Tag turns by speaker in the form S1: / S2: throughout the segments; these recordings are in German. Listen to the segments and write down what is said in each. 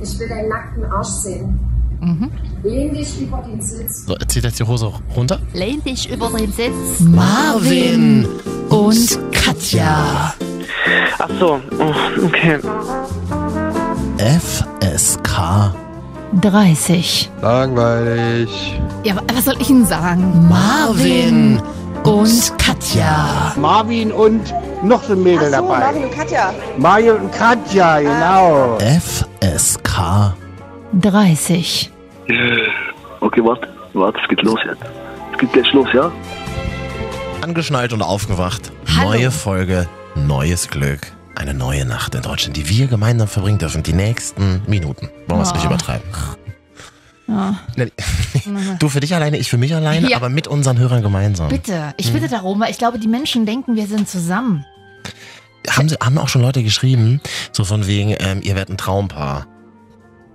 S1: Ich will deinen nackten Arsch sehen.
S2: Mhm.
S1: Lehn dich über den Sitz.
S2: So, er zieht jetzt die Hose runter.
S3: Lehn dich über den Sitz.
S2: Marvin
S3: und Katja.
S4: Ach so, oh, okay.
S2: FSK.
S3: 30.
S5: Langweilig.
S3: Ja, wa- was soll ich Ihnen sagen?
S2: Marvin
S3: und Katja.
S6: Marvin und noch so ein Mädel
S7: So, Marvin
S6: dabei.
S7: und Katja. Ah.
S6: Mario und Katja, genau.
S2: FSK.
S3: 30.
S8: Okay, warte, warte, es geht los jetzt. Es geht gleich los, ja?
S2: Angeschnallt und aufgewacht.
S3: Hallo.
S2: Neue Folge, neues Glück. Eine neue Nacht in Deutschland, die wir gemeinsam verbringen dürfen. Die nächsten Minuten. Wollen wir es
S3: Ah.
S2: nicht übertreiben.
S3: Ja.
S2: Na, Du für dich alleine, ich für mich alleine,
S3: Ja.
S2: aber mit unseren Hörern gemeinsam.
S3: Bitte,
S2: Hm.
S3: ich bitte darum, weil ich glaube, die Menschen denken, wir sind zusammen.
S2: Haben, sie, haben auch schon Leute geschrieben, so von wegen, ähm, ihr werdet ein Traumpaar.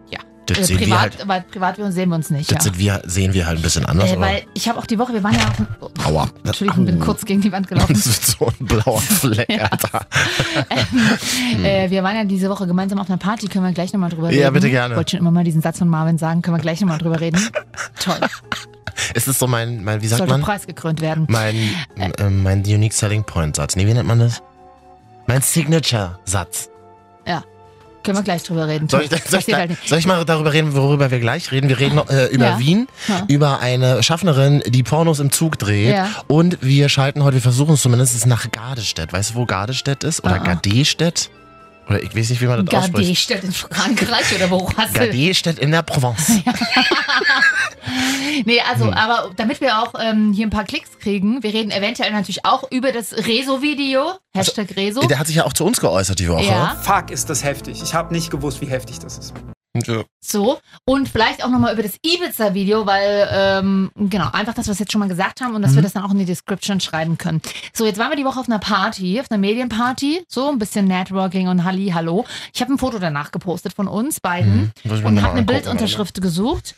S3: Ja.
S2: Das
S3: Äh,
S2: sehen wir
S3: privat,
S2: halt,
S3: weil privat wir- sehen wir uns nicht.
S2: das
S3: Ja.
S2: sind wir, sehen wir halt ein bisschen anders.
S3: Äh,
S2: aber-
S3: weil ich habe auch die Woche, wir waren ja auf dem, oh,
S2: Aua.
S3: Entschuldigung, bin kurz gegen die Wand gelaufen.
S2: Das wird so ein blauer Fleck, Alter.
S3: Äh, wir waren ja diese Woche gemeinsam auf einer Party, können wir gleich nochmal drüber reden.
S2: Hm. Ja, bitte gerne.
S3: Ich wollte schon immer mal diesen Satz von Marvin sagen, können wir gleich nochmal drüber reden. Toll,
S2: Es ist so mein, mein wie sagt
S3: sollte
S2: man?
S3: preisgekrönt werden.
S2: Mein, äh, mein Unique Selling Point Satz. Nee, wie nennt man das? Mein Signature Satz.
S3: Können wir gleich drüber reden.
S2: Soll ich,
S3: Toll.
S2: soll, ich,
S3: Passiert halt nicht.
S2: soll ich mal darüber reden, worüber wir gleich reden? Wir reden noch, äh, über
S3: Ja.
S2: Wien,
S3: Ja.
S2: über eine Schaffnerin, die Pornos im Zug dreht.
S3: Ja.
S2: Und wir schalten heute, wir versuchen es zumindest nach Gardestedt. Weißt du, wo Gardestedt ist? Oder
S3: Ah.
S2: Gardestedt? Oder ich weiß nicht, wie man das ausspricht.
S3: Gardestedt in Frankreich oder wo hast du?
S2: Gardestedt in der Provence.
S3: Nee, also,
S2: Hm.
S3: aber damit wir auch ähm, hier ein paar Klicks kriegen, wir reden eventuell natürlich auch über das Rezo-Video. Hashtag Rezo.
S2: Also, Der hat sich ja auch zu uns geäußert die Woche.
S3: Ja,
S9: Fuck, ist das heftig. Ich habe nicht gewusst, wie heftig das ist.
S2: Und, äh,
S3: so. Und vielleicht auch nochmal über das Ibiza-Video, weil, ähm, genau, einfach das, was wir jetzt schon mal gesagt haben und
S2: Mhm.
S3: dass wir das dann auch in die Description schreiben können. So, jetzt waren wir die Woche auf einer Party, auf einer Medienparty, so ein bisschen Networking und Halli, hallo. Ich habe ein Foto danach gepostet von uns beiden
S2: Mhm. muss ich mir
S3: und
S2: noch mal
S3: habe eine
S2: angucken.
S3: Bildunterschrift gesucht.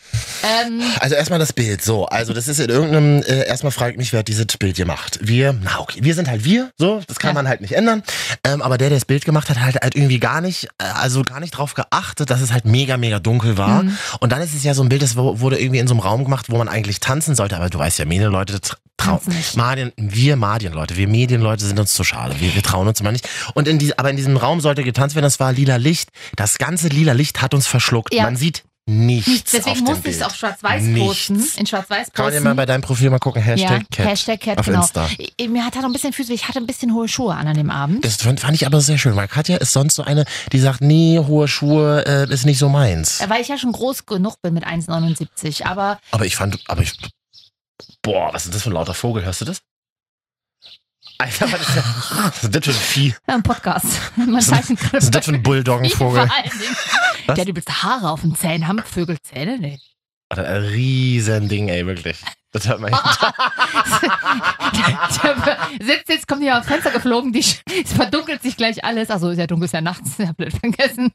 S3: Ähm,
S2: Also erstmal das Bild, so. Also das ist in irgendeinem, äh, erstmal fragt mich, wer hat dieses Bild gemacht. Wir, na okay, wir sind halt wir, so, das kann
S3: Ja.
S2: man halt nicht ändern. Ähm, aber der, der das Bild gemacht hat, hat halt irgendwie gar nicht, äh, also gar nicht drauf geachtet, dass es halt mega, mega dunkel war.
S3: Mhm.
S2: Und dann ist es ja so ein Bild, das wo- wurde irgendwie in so einem Raum gemacht, wo man eigentlich tanzen sollte. Aber du weißt ja, Medienleute tra- trauen.
S3: Tanzen nicht.
S2: Marien, wir Marien-Leute, wir Medienleute sind uns zu schade. Wir, wir trauen uns immer nicht. Und in die, aber in diesem Raum sollte getanzt werden, das war lila Licht. Das ganze lila Licht hat uns verschluckt.
S3: Ja.
S2: Man sieht nichts.
S3: nichts,
S2: auf
S3: deswegen
S2: dem
S3: musste ich es
S2: Bild.
S3: auf Schwarz-Weiß posten.
S2: Nichts.
S3: In Schwarz-Weiß posten.
S2: Kann man ja mal bei deinem Profil mal gucken. Hashtag
S3: ja,
S2: Cat.
S3: Hashtag Cat,
S2: auf
S3: genau.
S2: Insta.
S3: Ich- Mir hat halt auch ein bisschen Füße, weh. ich hatte ein bisschen hohe Schuhe an an dem Abend.
S2: Das fand fand ich aber sehr schön, weil Katja ist sonst so eine, die sagt, nee, hohe Schuhe äh, ist nicht so meins.
S3: weil ich ja schon groß genug bin mit 1,79. Aber
S2: Aber ich fand, aber ich, boah, was ist das für ein lauter Vogel? Hörst du das? Alter, was ist das, was ist das für ein Vieh?
S3: ja, im Podcast. Man
S2: ist das-
S3: zeichnet gerade
S2: Was ist das für ein
S3: Vor
S2: Bulldoggenvogel?
S3: allen Dingen.
S2: Was?
S3: Ja, du bist Haare auf den Zähnen. Haben Vögel Zähne? Nee.
S2: Alter, ein riesen Ding, ey, wirklich. Das hört man
S3: Der sitzt jetzt, kommt hier aufs Fenster geflogen, die, Sch- es verdunkelt sich gleich alles. Achso, ist ja dunkel, ist ja nachts, ich hab blöd vergessen.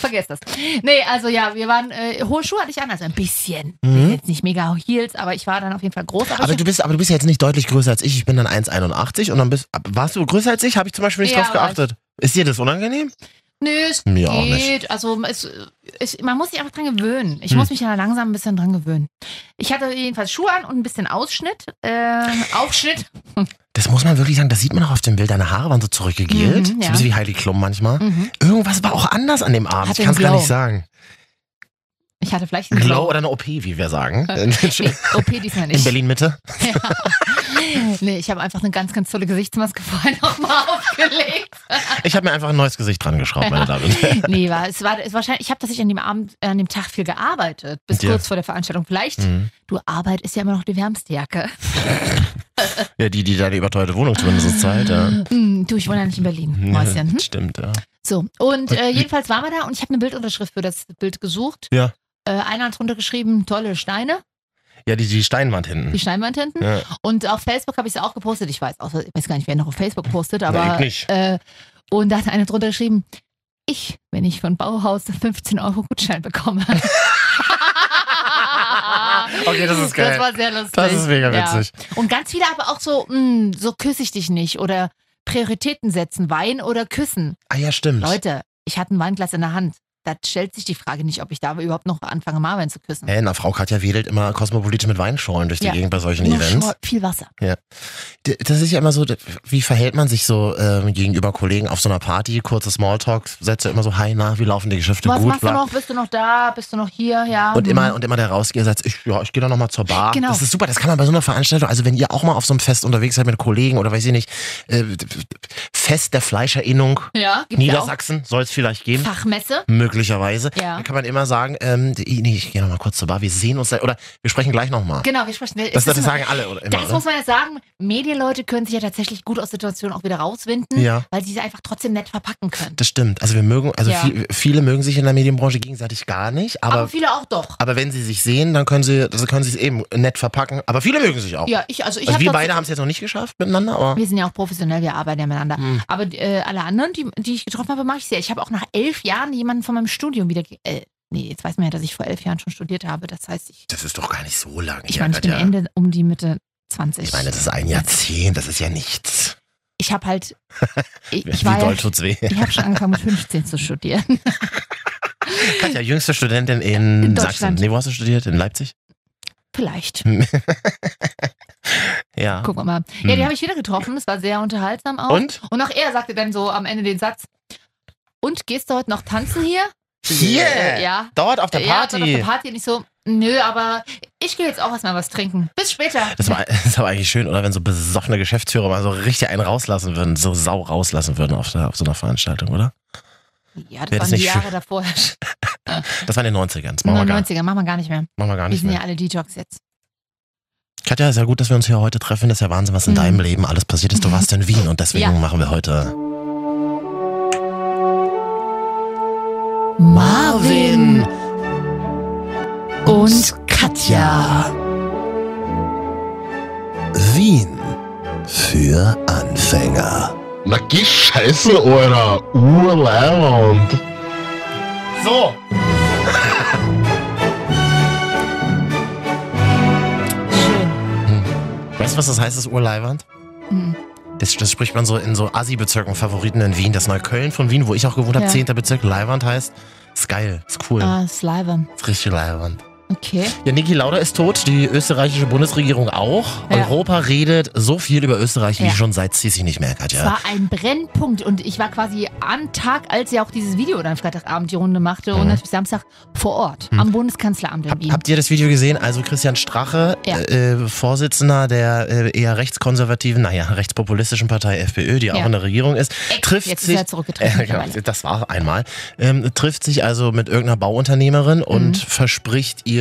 S3: Vergesst das. Nee, also ja, wir waren, äh, hohe Schuhe hatte ich an, also ein bisschen.
S2: Mhm.
S3: Jetzt nicht mega Heels, aber ich war dann auf jeden Fall groß. Aber
S2: aber
S3: ich
S2: du bist, aber du bist ja jetzt nicht deutlich größer als ich. Ich bin dann 1,81 und dann bist, ab- warst du größer als ich? Habe ich zum Beispiel nicht
S3: Ja,
S2: drauf
S3: war ich.
S2: geachtet. Ist dir das unangenehm?
S3: Nö, es
S2: Mir
S3: geht.
S2: auch
S3: Also es, ich, man muss sich einfach dran gewöhnen.
S2: Hm.
S3: Ich muss mich ja langsam ein bisschen dran gewöhnen. Ich hatte jedenfalls Schuhe an und ein bisschen Ausschnitt. Äh, Aufschnitt.
S2: Das muss man wirklich sagen, das sieht man auch auf dem Bild. Deine Haare waren so zurückgegelt.
S3: Mhm,
S2: so
S3: ja.
S2: ein bisschen wie Heidi Klum manchmal.
S3: Mhm.
S2: Irgendwas war auch anders an dem Abend.
S3: Hat
S2: ich
S3: den
S2: kann es gar
S3: Glow.
S2: nicht sagen.
S3: Ich hatte vielleicht einen
S2: Glow oder eine OP, wie wir sagen.
S3: Nee,
S2: In
S3: OP diesmal nicht.
S2: Berlin-Mitte.
S3: Nee, ich habe einfach eine ganz, ganz tolle Gesichtsmaske vorher nochmal aufgelegt.
S2: Ich habe mir einfach ein neues Gesicht dran geschraubt, meine Damen.
S3: Nee, war, es war es wahrscheinlich, ich habe tatsächlich an dem Abend, äh, an dem Tag viel gearbeitet, bis
S2: Ja.
S3: kurz vor der Veranstaltung. Vielleicht,
S2: Mhm.
S3: du, Arbeit ist ja immer noch die wärmste Jacke.
S2: Ja, die, die deine überteuerte Wohnung zumindest zahlt. Ja.
S3: Hm, du, ich wohne ja nicht in Berlin, Mäuschen. Hm?
S2: Stimmt, ja.
S3: So, und äh, jedenfalls waren wir da und ich habe eine Bildunterschrift für das Bild gesucht.
S2: Ja.
S3: Äh, einer hat drunter geschrieben, tolle Steine,
S2: Ja, die, die Steinwand
S3: die
S2: hinten.
S3: Steinwand hinten.
S2: Ja.
S3: Und auf Facebook habe ich es auch gepostet. Ich weiß, auch, ich weiß gar nicht, wer noch auf Facebook postet, aber.
S2: ich nicht.
S3: Äh, und da hat einer drunter geschrieben, ich, wenn ich von Bauhaus 15 Euro Gutschein bekomme.
S2: Okay, das ist geil.
S3: Das war sehr lustig.
S2: Das ist mega witzig.
S3: Ja. Und ganz viele aber auch so, mh, so küsse ich dich nicht oder Prioritäten setzen, Wein oder küssen.
S2: Ah ja, stimmt.
S3: Leute, Ich hatte ein Weinglas in der Hand. Da stellt sich die Frage nicht, ob ich da überhaupt noch anfange, Marvin zu küssen.
S2: Hey, na, Frau Katja wedelt immer kosmopolitisch mit Weinschorlen durch die
S3: Ja.
S2: Gegend bei solchen
S3: Nur
S2: Events.
S3: Schor- viel Wasser.
S2: D- Das ist ja immer so, d- wie verhält man sich so ähm, gegenüber Kollegen auf so einer Party? Kurze Smalltalk-Sätze, immer so, hi, na, wie laufen die Geschäfte?
S3: Was
S2: Gut,
S3: machst du
S2: bla.
S3: noch? Bist du noch da? Bist du noch hier? Ja.
S2: Und
S3: hm.
S2: immer, und immer der Rausgehersatz, ich, ja, ich gehe da nochmal zur Bar.
S3: Genau.
S2: Das ist super, das kann man bei so einer Veranstaltung, also wenn ihr auch mal auf so einem Fest unterwegs seid mit Kollegen oder weiß ich nicht, äh, Fest der Fleischerinnung
S3: Ja, gibt's ja auch.
S2: Niedersachsen soll es vielleicht geben.
S3: Fachmesse.
S2: Möglicherweise.
S3: Ja.
S2: Da kann man immer sagen, ähm, die- nee, ich gehe nochmal kurz zur Bar, wir sehen uns, da- oder wir sprechen gleich nochmal.
S3: Genau, wir sprechen. es
S2: Das, das
S3: ist immer-
S2: sagen alle oder immer,
S3: das
S2: oder?
S3: muss man ja sagen, Medienleute können sich ja tatsächlich gut aus Situationen auch wieder rauswinden,
S2: Ja.
S3: weil sie sie einfach trotzdem nett verpacken können.
S2: Das stimmt. Also wir mögen, also
S3: Ja.
S2: viel, viele mögen sich in der Medienbranche gegenseitig gar nicht,
S3: Aber,
S2: aber, aber,
S3: viele auch doch.
S2: wenn sie sich sehen, dann können sie, also können sie es eben nett verpacken. Aber viele mögen sich auch.
S3: Ja, ich, also ich
S2: also
S3: hab
S2: wir
S3: trotzdem-
S2: beide haben es jetzt noch nicht geschafft miteinander, aber
S3: Wir sind ja auch professionell, wir arbeiten ja miteinander.
S2: Hm.
S3: Aber äh, alle anderen, die, die ich getroffen habe, mache ich sehr. Ich habe auch nach elf Jahren jemanden von meinem Studium wieder. ge- Äh, nee, jetzt weiß man ja, dass ich vor elf Jahren schon studiert habe. Das heißt, ich,
S2: das ist doch gar nicht so lange.
S3: ich
S2: her,
S3: meine, ich bin
S2: Katja.
S3: Ende um die Mitte 20.
S2: Ich meine, das ist ein Jahrzehnt, das ist ja nichts.
S3: ich habe halt. Ich,
S2: Wie
S3: ich war ja,
S2: doll tut's weh.
S3: ich habe schon angefangen mit 15 zu studieren.
S2: Katja, jüngste Studentin in,
S3: In
S2: Sachsen.
S3: Deutschland.
S2: Nee, wo hast du studiert? In Leipzig?
S3: Vielleicht.
S2: Ja.
S3: Gucken wir mal. Ja,
S2: Hm.
S3: die habe ich wieder getroffen. Das war sehr unterhaltsam auch.
S2: Und?
S3: Und auch er sagte dann so am Ende den Satz: Und gehst du heute noch tanzen hier?
S2: Hier!
S3: Äh, ja.
S2: Dort auf der
S3: Ja, dann auf
S2: Party.
S3: der Party nicht so, nö, aber ich gehe jetzt auch erstmal was trinken. Bis später.
S2: das war, das war eigentlich schön, oder wenn so besoffene Geschäftsführer mal so richtig einen rauslassen würden, so sau rauslassen würden auf, der, auf so einer Veranstaltung, oder?
S3: ja, das
S2: wär das
S3: waren die
S2: nicht
S3: Jahre
S2: schön?
S3: davor.
S2: Das waren in den 90ern, das machen wir gar,
S3: 90er, machen wir gar nicht mehr.
S2: machen wir gar
S3: Wir
S2: nicht
S3: sind
S2: mehr.
S3: ja alle Detox jetzt.
S2: Katja, ist ja gut, dass wir uns hier heute treffen. Das ist ja Wahnsinn, was in
S3: Mhm.
S2: deinem Leben alles passiert ist. Du warst in Wien und deswegen
S3: Ja.
S2: machen wir heute.
S3: Marvin und
S2: Katja. Wien für Anfänger.
S7: Na geh Uh. scheißen, eurer Urland.
S2: So.
S3: Schön.
S2: Weißt du, was das heißt, das Urleiwand?
S3: Mhm.
S2: Das, das spricht man so in so Assi-Bezirken, Favoriten in Wien. Das Neukölln von Wien, wo ich auch gewohnt habe,
S3: Ja.
S2: 10. Bezirk, Leiwand heißt. Ist geil, ist cool,
S3: Ah, Sliver.
S2: ist richtig Leiwand.
S3: Okay.
S2: Ja, Niki Lauda ist tot, die österreichische Bundesregierung auch.
S3: Ja.
S2: Europa redet so viel über Österreich, wie
S3: Ja.
S2: schon seit Sissi nicht mehr, Katja.
S3: Es war ein Brennpunkt und ich war quasi am Tag, als ja auch dieses Video dann Freitagabend die Runde machte
S2: Mhm.
S3: und natürlich Samstag vor Ort am Bundeskanzleramt in
S2: Hab,
S3: Wien.
S2: habt ihr das Video gesehen? Also Christian Strache,
S3: Ja.
S2: äh, Vorsitzender der äh, eher rechtskonservativen, naja, rechtspopulistischen Partei FPÖ, die auch
S3: Ja.
S2: in der Regierung ist,
S3: Ex,
S2: trifft
S3: jetzt
S2: sich.
S3: ist er
S2: Äh,
S3: zurückgetreten.
S2: ja,
S3: mittlerweile.
S2: das war einmal. Ähm, trifft sich also mit irgendeiner Bauunternehmerin
S3: Mhm.
S2: und verspricht ihr,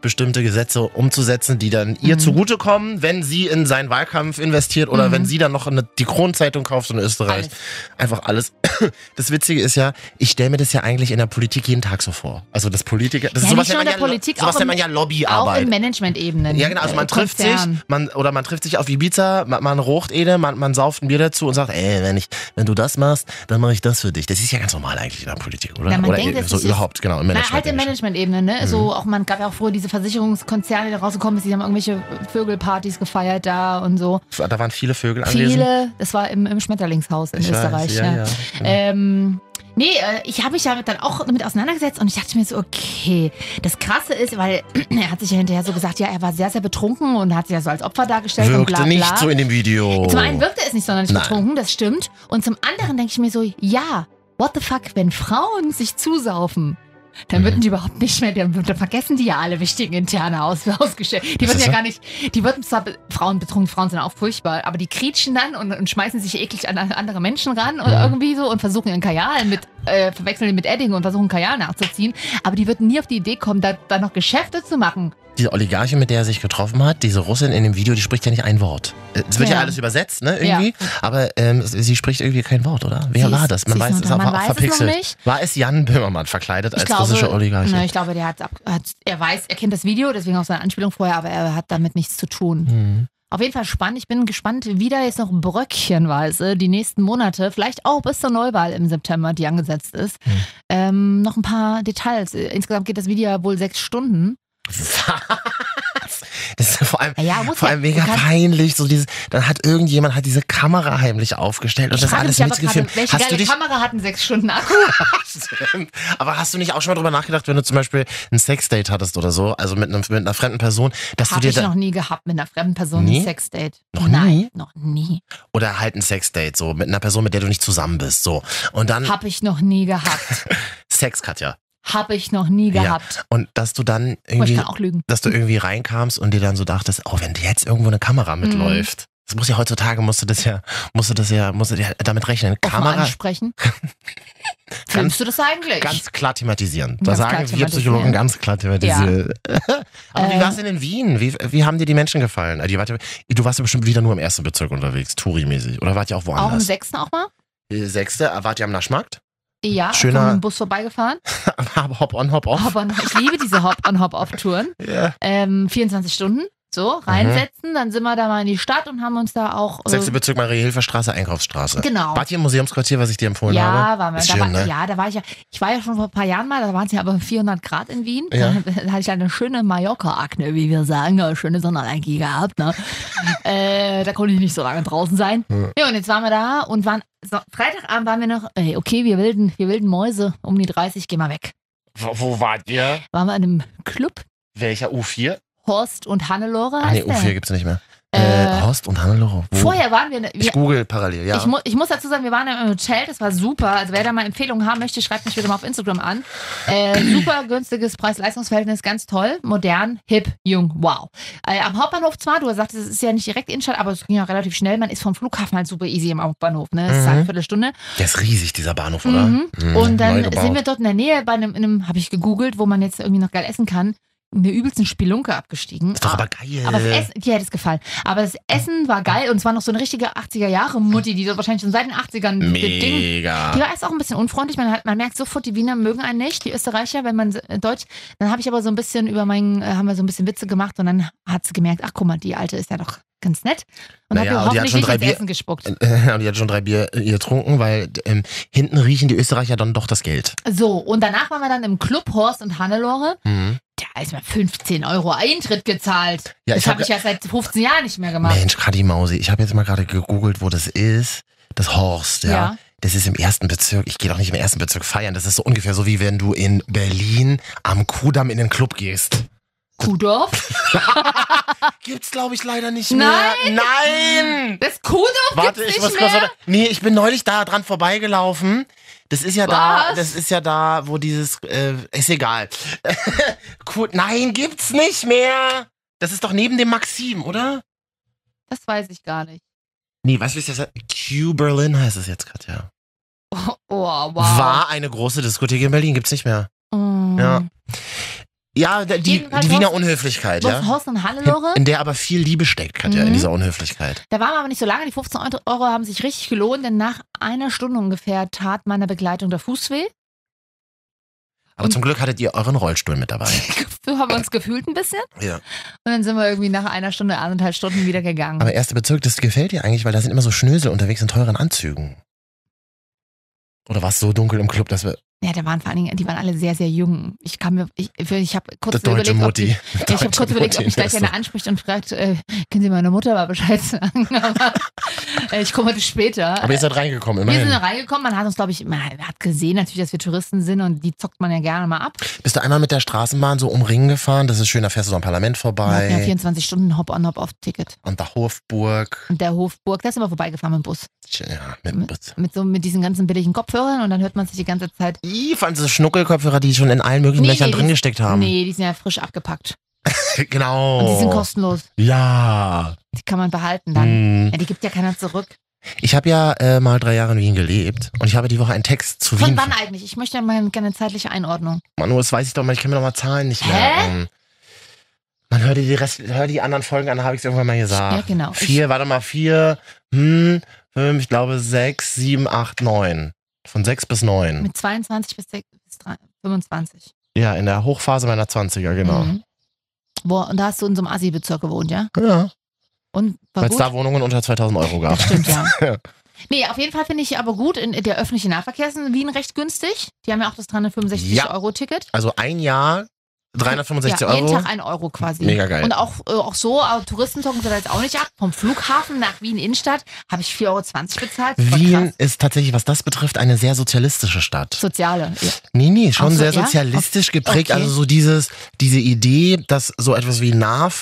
S2: bestimmte Gesetze umzusetzen, die dann ihr
S3: Mhm.
S2: zugutekommen, wenn sie in seinen Wahlkampf investiert oder
S3: Mhm.
S2: wenn sie dann noch eine, die Kronzeitung kauft in Österreich.
S3: Alles.
S2: Einfach alles. Das Witzige ist ja, ich stelle mir das ja eigentlich in der Politik jeden Tag so vor. Also das Politiker, das
S3: Ja,
S2: ist sowas,
S3: nicht
S2: nennt
S3: nur
S2: man
S3: in der
S2: ja,
S3: Politik,
S2: sowas
S3: auch
S2: nennt man
S3: im-
S2: ja
S3: Auch
S2: Lobbyarbeit.
S3: in Management-Ebenen.
S2: Ja, genau. Also man
S3: äh,
S2: trifft sich,
S3: Konzern.
S2: man, oder man trifft sich auf Ibiza, man, man rocht Ede, man, man sauft ein Bier dazu und sagt, ey, wenn ich, wenn du das machst, dann mache ich das für dich. Das ist ja ganz normal eigentlich in der Politik, oder?
S3: Na, man
S2: oder
S3: denkt,
S2: eh,
S3: das
S2: so
S3: ist-
S2: überhaupt, genau. Im
S3: Na, halt
S2: Management.
S3: im Management-Ebene, ne?
S2: Mhm.
S3: So, auch man gab ja auch früher diese Versicherungskonzerne, die da rausgekommen sind, die haben irgendwelche Vögelpartys gefeiert da und so.
S2: Da waren viele Vögel anwesend.
S3: Viele, das war im, im Schmetterlingshaus in
S2: Ich
S3: Österreich. ne?
S2: weiß,
S3: ja.
S2: ja, ja.
S3: Ähm, nee, äh, ich habe mich damit dann auch damit auseinandergesetzt und ich dachte mir so, okay, das Krasse ist, weil er hat sich ja hinterher so gesagt, ja, er war sehr, sehr betrunken und hat sich ja so als Opfer dargestellt und bla
S2: Wirkte
S3: bla.
S2: nicht so in dem Video.
S3: Zum einen wirkte es nicht sonderlich
S2: Oh. Nein.
S3: betrunken, das stimmt. Und zum anderen denke ich mir so, ja, what the fuck, wenn Frauen sich zusaufen, dann würden die
S2: Mhm.
S3: überhaupt nicht mehr, dann, dann vergessen die ja alle wichtigen interne aus, ausgestellt. Die
S2: Ist
S3: würden
S2: das
S3: ja
S2: so?
S3: gar nicht, die würden zwar be- Frauen betrunken, Frauen sind auch furchtbar, aber die kriechen dann und, und schmeißen sich eklig an andere Menschen ran oder
S2: Mhm.
S3: irgendwie so und versuchen ihren Kajal mit, äh, verwechseln den mit Edding und versuchen Kajal nachzuziehen. Aber die würden nie auf die Idee kommen, da, da noch Geschäfte zu machen.
S2: Diese Oligarchin, mit der er sich getroffen hat, diese Russin in dem Video, die spricht ja nicht ein Wort. Äh, Es wird ja,
S3: Ja.
S2: alles übersetzt, ne, irgendwie. Aber ähm, sie spricht irgendwie kein Wort, oder? Wer
S3: Sie
S2: war
S3: ist-
S2: das? Man
S3: sie ist
S2: weiß
S3: nur
S2: es
S3: da.
S2: aber
S3: Man
S2: auch
S3: weiß es noch
S2: verpixelt.
S3: nicht.
S2: War es Jan Böhmermann verkleidet als russischer Oligarchin?
S3: ne, ich glaube, der hat's ab, hat, er weiß, er kennt das Video, deswegen auch seine Anspielung vorher, aber er hat damit nichts zu tun.
S2: Mhm.
S3: Auf jeden Fall spannend. Ich bin gespannt, wie da jetzt noch bröckchenweise die nächsten Monate, vielleicht auch bis zur Neuwahl im September, die angesetzt ist,
S2: Mhm.
S3: ähm, noch ein paar Details. Äh, Insgesamt geht das Video ja wohl sechs Stunden.
S2: Was? Das weißt du, vor allem,
S3: Naja, muss
S2: vor
S3: ja.
S2: allem mega
S3: Du kannst-
S2: peinlich, so dieses, dann hat irgendjemand hat diese Kamera heimlich aufgestellt und das
S3: Frage
S2: alles
S3: mich aber gerade,
S2: mitgefilmt.
S3: welche
S2: Hast du
S3: geile
S2: dich,
S3: Kamera hat einen sechs Stunden Akku?
S2: Stimmt. Aber hast du nicht auch schon mal drüber nachgedacht, wenn du zum Beispiel ein Sexdate hattest oder so, also mit, einem, mit einer fremden Person, dass du
S3: Habe
S2: dir
S3: ich
S2: da,
S3: noch nie gehabt mit einer fremden Person
S2: Nie?
S3: ein Sexdate.
S2: Noch
S3: Nein,
S2: nie?
S3: noch nie.
S2: oder halt ein Sexdate so mit einer Person, mit der du nicht zusammen bist, so und dann
S3: Habe ich noch nie gehabt.
S2: Sex, Katja,
S3: Habe ich noch nie
S2: Ja.
S3: gehabt.
S2: und dass du dann
S3: Aber Oh, ich
S2: irgendwie,
S3: kann auch lügen.
S2: dass du irgendwie reinkamst und dir dann so dachtest, oh, wenn jetzt irgendwo eine Kamera
S3: Mhm.
S2: mitläuft. Das muss ja heutzutage, musst du das ja, musst du das ja, musst du ja damit rechnen.
S3: Kamera
S2: Kamera
S3: ansprechen. Filmst du das eigentlich?
S2: ganz klar thematisieren. Da
S3: Ganz klar Ähm.
S2: sagen wir
S3: thematisieren.
S2: Psychologen ganz klar thematisieren. Aber wie war es denn in Wien? Wie, wie haben dir die Menschen gefallen? Äh, Die wart, ja- du warst ja bestimmt wieder nur im ersten Bezirk unterwegs, Touri-mäßig. Oder wart ihr auch
S3: auch im
S2: woanders?
S3: sechsten auch mal?
S2: Äh, Sechste, äh, wart ihr am Naschmarkt?
S3: Ja,
S2: Schöner-
S3: Schöner. Bus vorbeigefahren.
S2: hop on, hop off.
S3: Hop on, ich liebe diese Hop-on-Hop-Off-Touren.
S2: Ja.
S3: Ähm, 24 Stunden, so,
S2: Mhm.
S3: reinsetzen, dann sind wir da mal in die Stadt und haben uns da auch...
S2: Sechste
S3: Äh,
S2: Bezirk, Marie-Hilfer-Straße, Einkaufsstraße.
S3: genau.
S2: Wart ihr im Museumsquartier, was ich dir empfohlen
S3: Ja,
S2: habe?
S3: waren wir.
S2: Ist
S3: Da
S2: schön,
S3: war,
S2: ne?
S3: Ja, da war ich ja. Ich war ja schon vor ein paar Jahren mal, da waren es ja aber 400 Grad in Wien.
S2: Ja.
S3: Da hatte ich eine schöne Mallorca-Akne, wie wir sagen. Eine schöne Sonnenallergie gehabt. Ne? äh, da konnte ich nicht so lange draußen sein. Ja, und jetzt waren wir da und waren. So, Freitagabend waren wir noch, ey, okay, wir wilden, wir wilden Mäuse, um die 30, geh mal weg.
S2: Wo, wo wart ihr?
S3: Waren wir in einem Club,
S2: Welcher U4?
S3: Horst und Hannelore.
S2: Ach Ah, nee,
S3: heißt der.
S2: U4 gibt's nicht mehr.
S3: Äh,
S2: Äh, Horst und Hannelore. Wo?
S3: Vorher waren wir, wir
S2: Ich google parallel, ja.
S3: Ich, mu ich muss dazu sagen, wir waren ja im Hotel, das war super. Also wer da mal Empfehlungen haben möchte, schreibt mich bitte mal auf Instagram an. Äh, super günstiges Preis-Leistungs-Verhältnis, ganz toll, modern, hip, jung, wow. Äh, am Hauptbahnhof zwar, du sagtest, es ist ja nicht direkt Innenstadt, aber es ging ja relativ schnell. Man ist vom Flughafen halt super easy am Hauptbahnhof, ne? Es ist halt eine Viertelstunde.
S2: der ist riesig, dieser Bahnhof, oder?
S3: Mhm.
S2: Mhm,
S3: Und
S2: neu
S3: dann
S2: gebaut.
S3: sind wir dort in der Nähe bei einem, in einem habe ich gegoogelt, wo man jetzt irgendwie noch geil essen kann, in der übelsten Spielunke abgestiegen. Ah,
S2: Ist doch aber geil.
S3: Aber das Essen, dir hätte es gefallen. Aber das Essen war geil und es war noch so eine richtige 80er-Jahre-Mutti, die so wahrscheinlich schon seit den 80ern das Ding. Die
S2: Mega.
S3: war erst auch ein bisschen unfreundlich. Man, hat, man merkt sofort, die Wiener mögen einen nicht, die Österreicher, wenn man äh, Deutsch. Dann habe ich aber so ein bisschen über meinen, äh, haben wir so ein bisschen Witze gemacht und dann hat sie gemerkt, ach guck mal, die Alte ist ja doch ganz nett. Und
S2: Naja, und die hat
S3: hat mir hoffentlich
S2: schon
S3: nicht
S2: drei
S3: ins
S2: Bier- Äh,
S3: Essen gespuckt.
S2: Und die hat schon drei Bier äh, getrunken, weil ähm, hinten riechen die Österreicher dann doch das Geld.
S3: So, und danach waren wir dann im Club Horst und Hannelore. Da ist mir 15 Euro Eintritt gezahlt.
S2: Mhm. Ja,
S3: das
S2: ich hab
S3: habe ich ja seit 15 Jahren nicht mehr gemacht.
S2: Mensch, Kadi Mausi, ich habe jetzt mal gerade gegoogelt, wo das ist. Das Horst, ja.
S3: Ja.
S2: Das ist im ersten Bezirk. Ich gehe doch nicht im ersten Bezirk feiern. Das ist so ungefähr so, wie wenn du in Berlin am Kudamm in den Club gehst.
S3: Kudorf?
S2: Gibt's, glaube ich, leider nicht
S3: Nein!
S2: mehr. Nein!
S3: Das Kudorf
S2: Warte,
S3: gibt's
S2: ich
S3: nicht
S2: muss
S3: mehr?
S2: kurz. Nee, ich bin neulich da dran vorbeigelaufen. Das ist ja da,
S3: Was?
S2: das ist ja da, wo dieses äh, ist egal. cool. Nein, gibt's nicht mehr. Das ist doch neben dem Maxim, oder?
S3: Das weiß ich gar nicht.
S2: Nee, was ist das? Q Berlin heißt es jetzt, Katja.
S3: Oh, wow.
S2: War eine große Diskothek in Berlin, gibt's nicht mehr.
S3: Mm.
S2: Ja. Ja, der- die,
S3: Jedenfalls
S2: die Wiener
S3: Horst-
S2: Unhöflichkeit,
S3: Horst,
S2: ja.
S3: Horst und Hannelore?
S2: In der aber viel Liebe steckt, Katja, in
S3: Mhm.
S2: dieser Unhöflichkeit.
S3: Da waren wir aber nicht so lange. Die 15 Euro- Euro haben sich richtig gelohnt, denn nach einer Stunde ungefähr tat meiner Begleitung der Fuß weh.
S2: Aber zum Glück hattet ihr euren Rollstuhl mit dabei.
S3: So haben wir uns gefühlt ein bisschen.
S2: Ja.
S3: Und dann sind wir irgendwie nach einer Stunde, anderthalb Stunden wieder gegangen.
S2: Aber erster Bezirk, das gefällt dir eigentlich, weil da sind immer so Schnösel unterwegs in teuren Anzügen. Oder war es so dunkel im Club, dass wir.
S3: Ja, da waren vor allen Dingen, die waren alle sehr, sehr jung. Ich kann mir, ich, ich habe kurz
S2: Das deutsche
S3: überlegt, ob die,
S2: Mutti.
S3: ja, ich habe kurz überlegt, ob mich gleich einer anspricht und fragt, äh, können Sie meine Mutter mal Bescheid sagen? Aber äh, ich komme heute später.
S2: Aber ihr seid reingekommen,
S3: wir sind da
S2: immerhin.
S3: reingekommen, man hat uns, glaube ich, man hat gesehen natürlich, dass wir Touristen sind und die zockt man ja gerne mal ab.
S2: Bist du einmal mit der Straßenbahn so umringen gefahren? Das ist schön, da fährst du so am Parlament
S3: Wir hatten ja
S2: vorbei.
S3: 24 Stunden Hop-on, Hop-off-Ticket.
S2: An der Hofburg.
S3: Und der Hofburg, da sind wir vorbeigefahren mit dem Bus.
S2: Ja, mit dem Bus.
S3: Mit so mit diesen ganzen billigen Kopfhörern und dann hört man sich die ganze Zeit.
S2: Ih, vor allem diese Schnuckelkopfhörer, die schon in allen möglichen
S3: Nee,
S2: Löchern
S3: nee,
S2: drin
S3: die-
S2: gesteckt haben.
S3: Nee, die sind ja frisch abgepackt.
S2: Genau.
S3: Und die sind kostenlos.
S2: Ja.
S3: Die kann man behalten dann.
S2: Hm.
S3: Ja, die gibt ja keiner zurück.
S2: Ich habe ja äh, mal drei Jahre in Wien gelebt und ich habe die Woche einen Text zu
S3: Von
S2: Wien.
S3: wann eigentlich? Ich möchte ja mal gerne eine zeitliche Einordnung.
S2: Mann, oh, das weiß ich doch mal, ich kann mir doch mal Zahlen nicht
S3: Hä?
S2: merken. Man hört die, Rest, hör die anderen Folgen an, habe ich es irgendwann mal gesagt.
S3: Ja, genau.
S2: Vier, warte mal, vier, hm, fünf, ich glaube sechs, sieben, acht, neun. Von sechs bis neun.
S3: Mit 22 bis, 6, bis 3, 25.
S2: Ja, in der Hochphase meiner 20er, genau.
S3: Mhm. Boah, und da hast du in so einem Asi-Bezirk gewohnt, ja?
S2: Ja,
S3: Und war
S2: weil es
S3: gut?
S2: da Wohnungen unter 2000 Euro gab.
S3: das stimmt, ja.
S2: Ja.
S3: Nee, auf jeden Fall finde ich aber gut, in, der öffentliche Nahverkehr ist in Wien recht günstig. Die haben ja auch das
S2: Ja.
S3: 365-Euro-Ticket.
S2: Also ein Jahr 365
S3: ja,
S2: Euro.
S3: jeden Tag ein Euro quasi.
S2: Mega geil.
S3: Und auch, äh, auch so, aber Touristen zocken sie da jetzt auch nicht ab. Vom Flughafen nach Wien Innenstadt habe ich 4,20 Euro bezahlt. Das war
S2: Wien
S3: krass.
S2: ist tatsächlich, was das betrifft, eine sehr sozialistische Stadt.
S3: Soziale. Ja.
S2: Nee, nee, schon
S3: Ach so,
S2: sehr
S3: ja?
S2: sozialistisch geprägt.
S3: Okay.
S2: Also so dieses, diese Idee, dass so etwas wie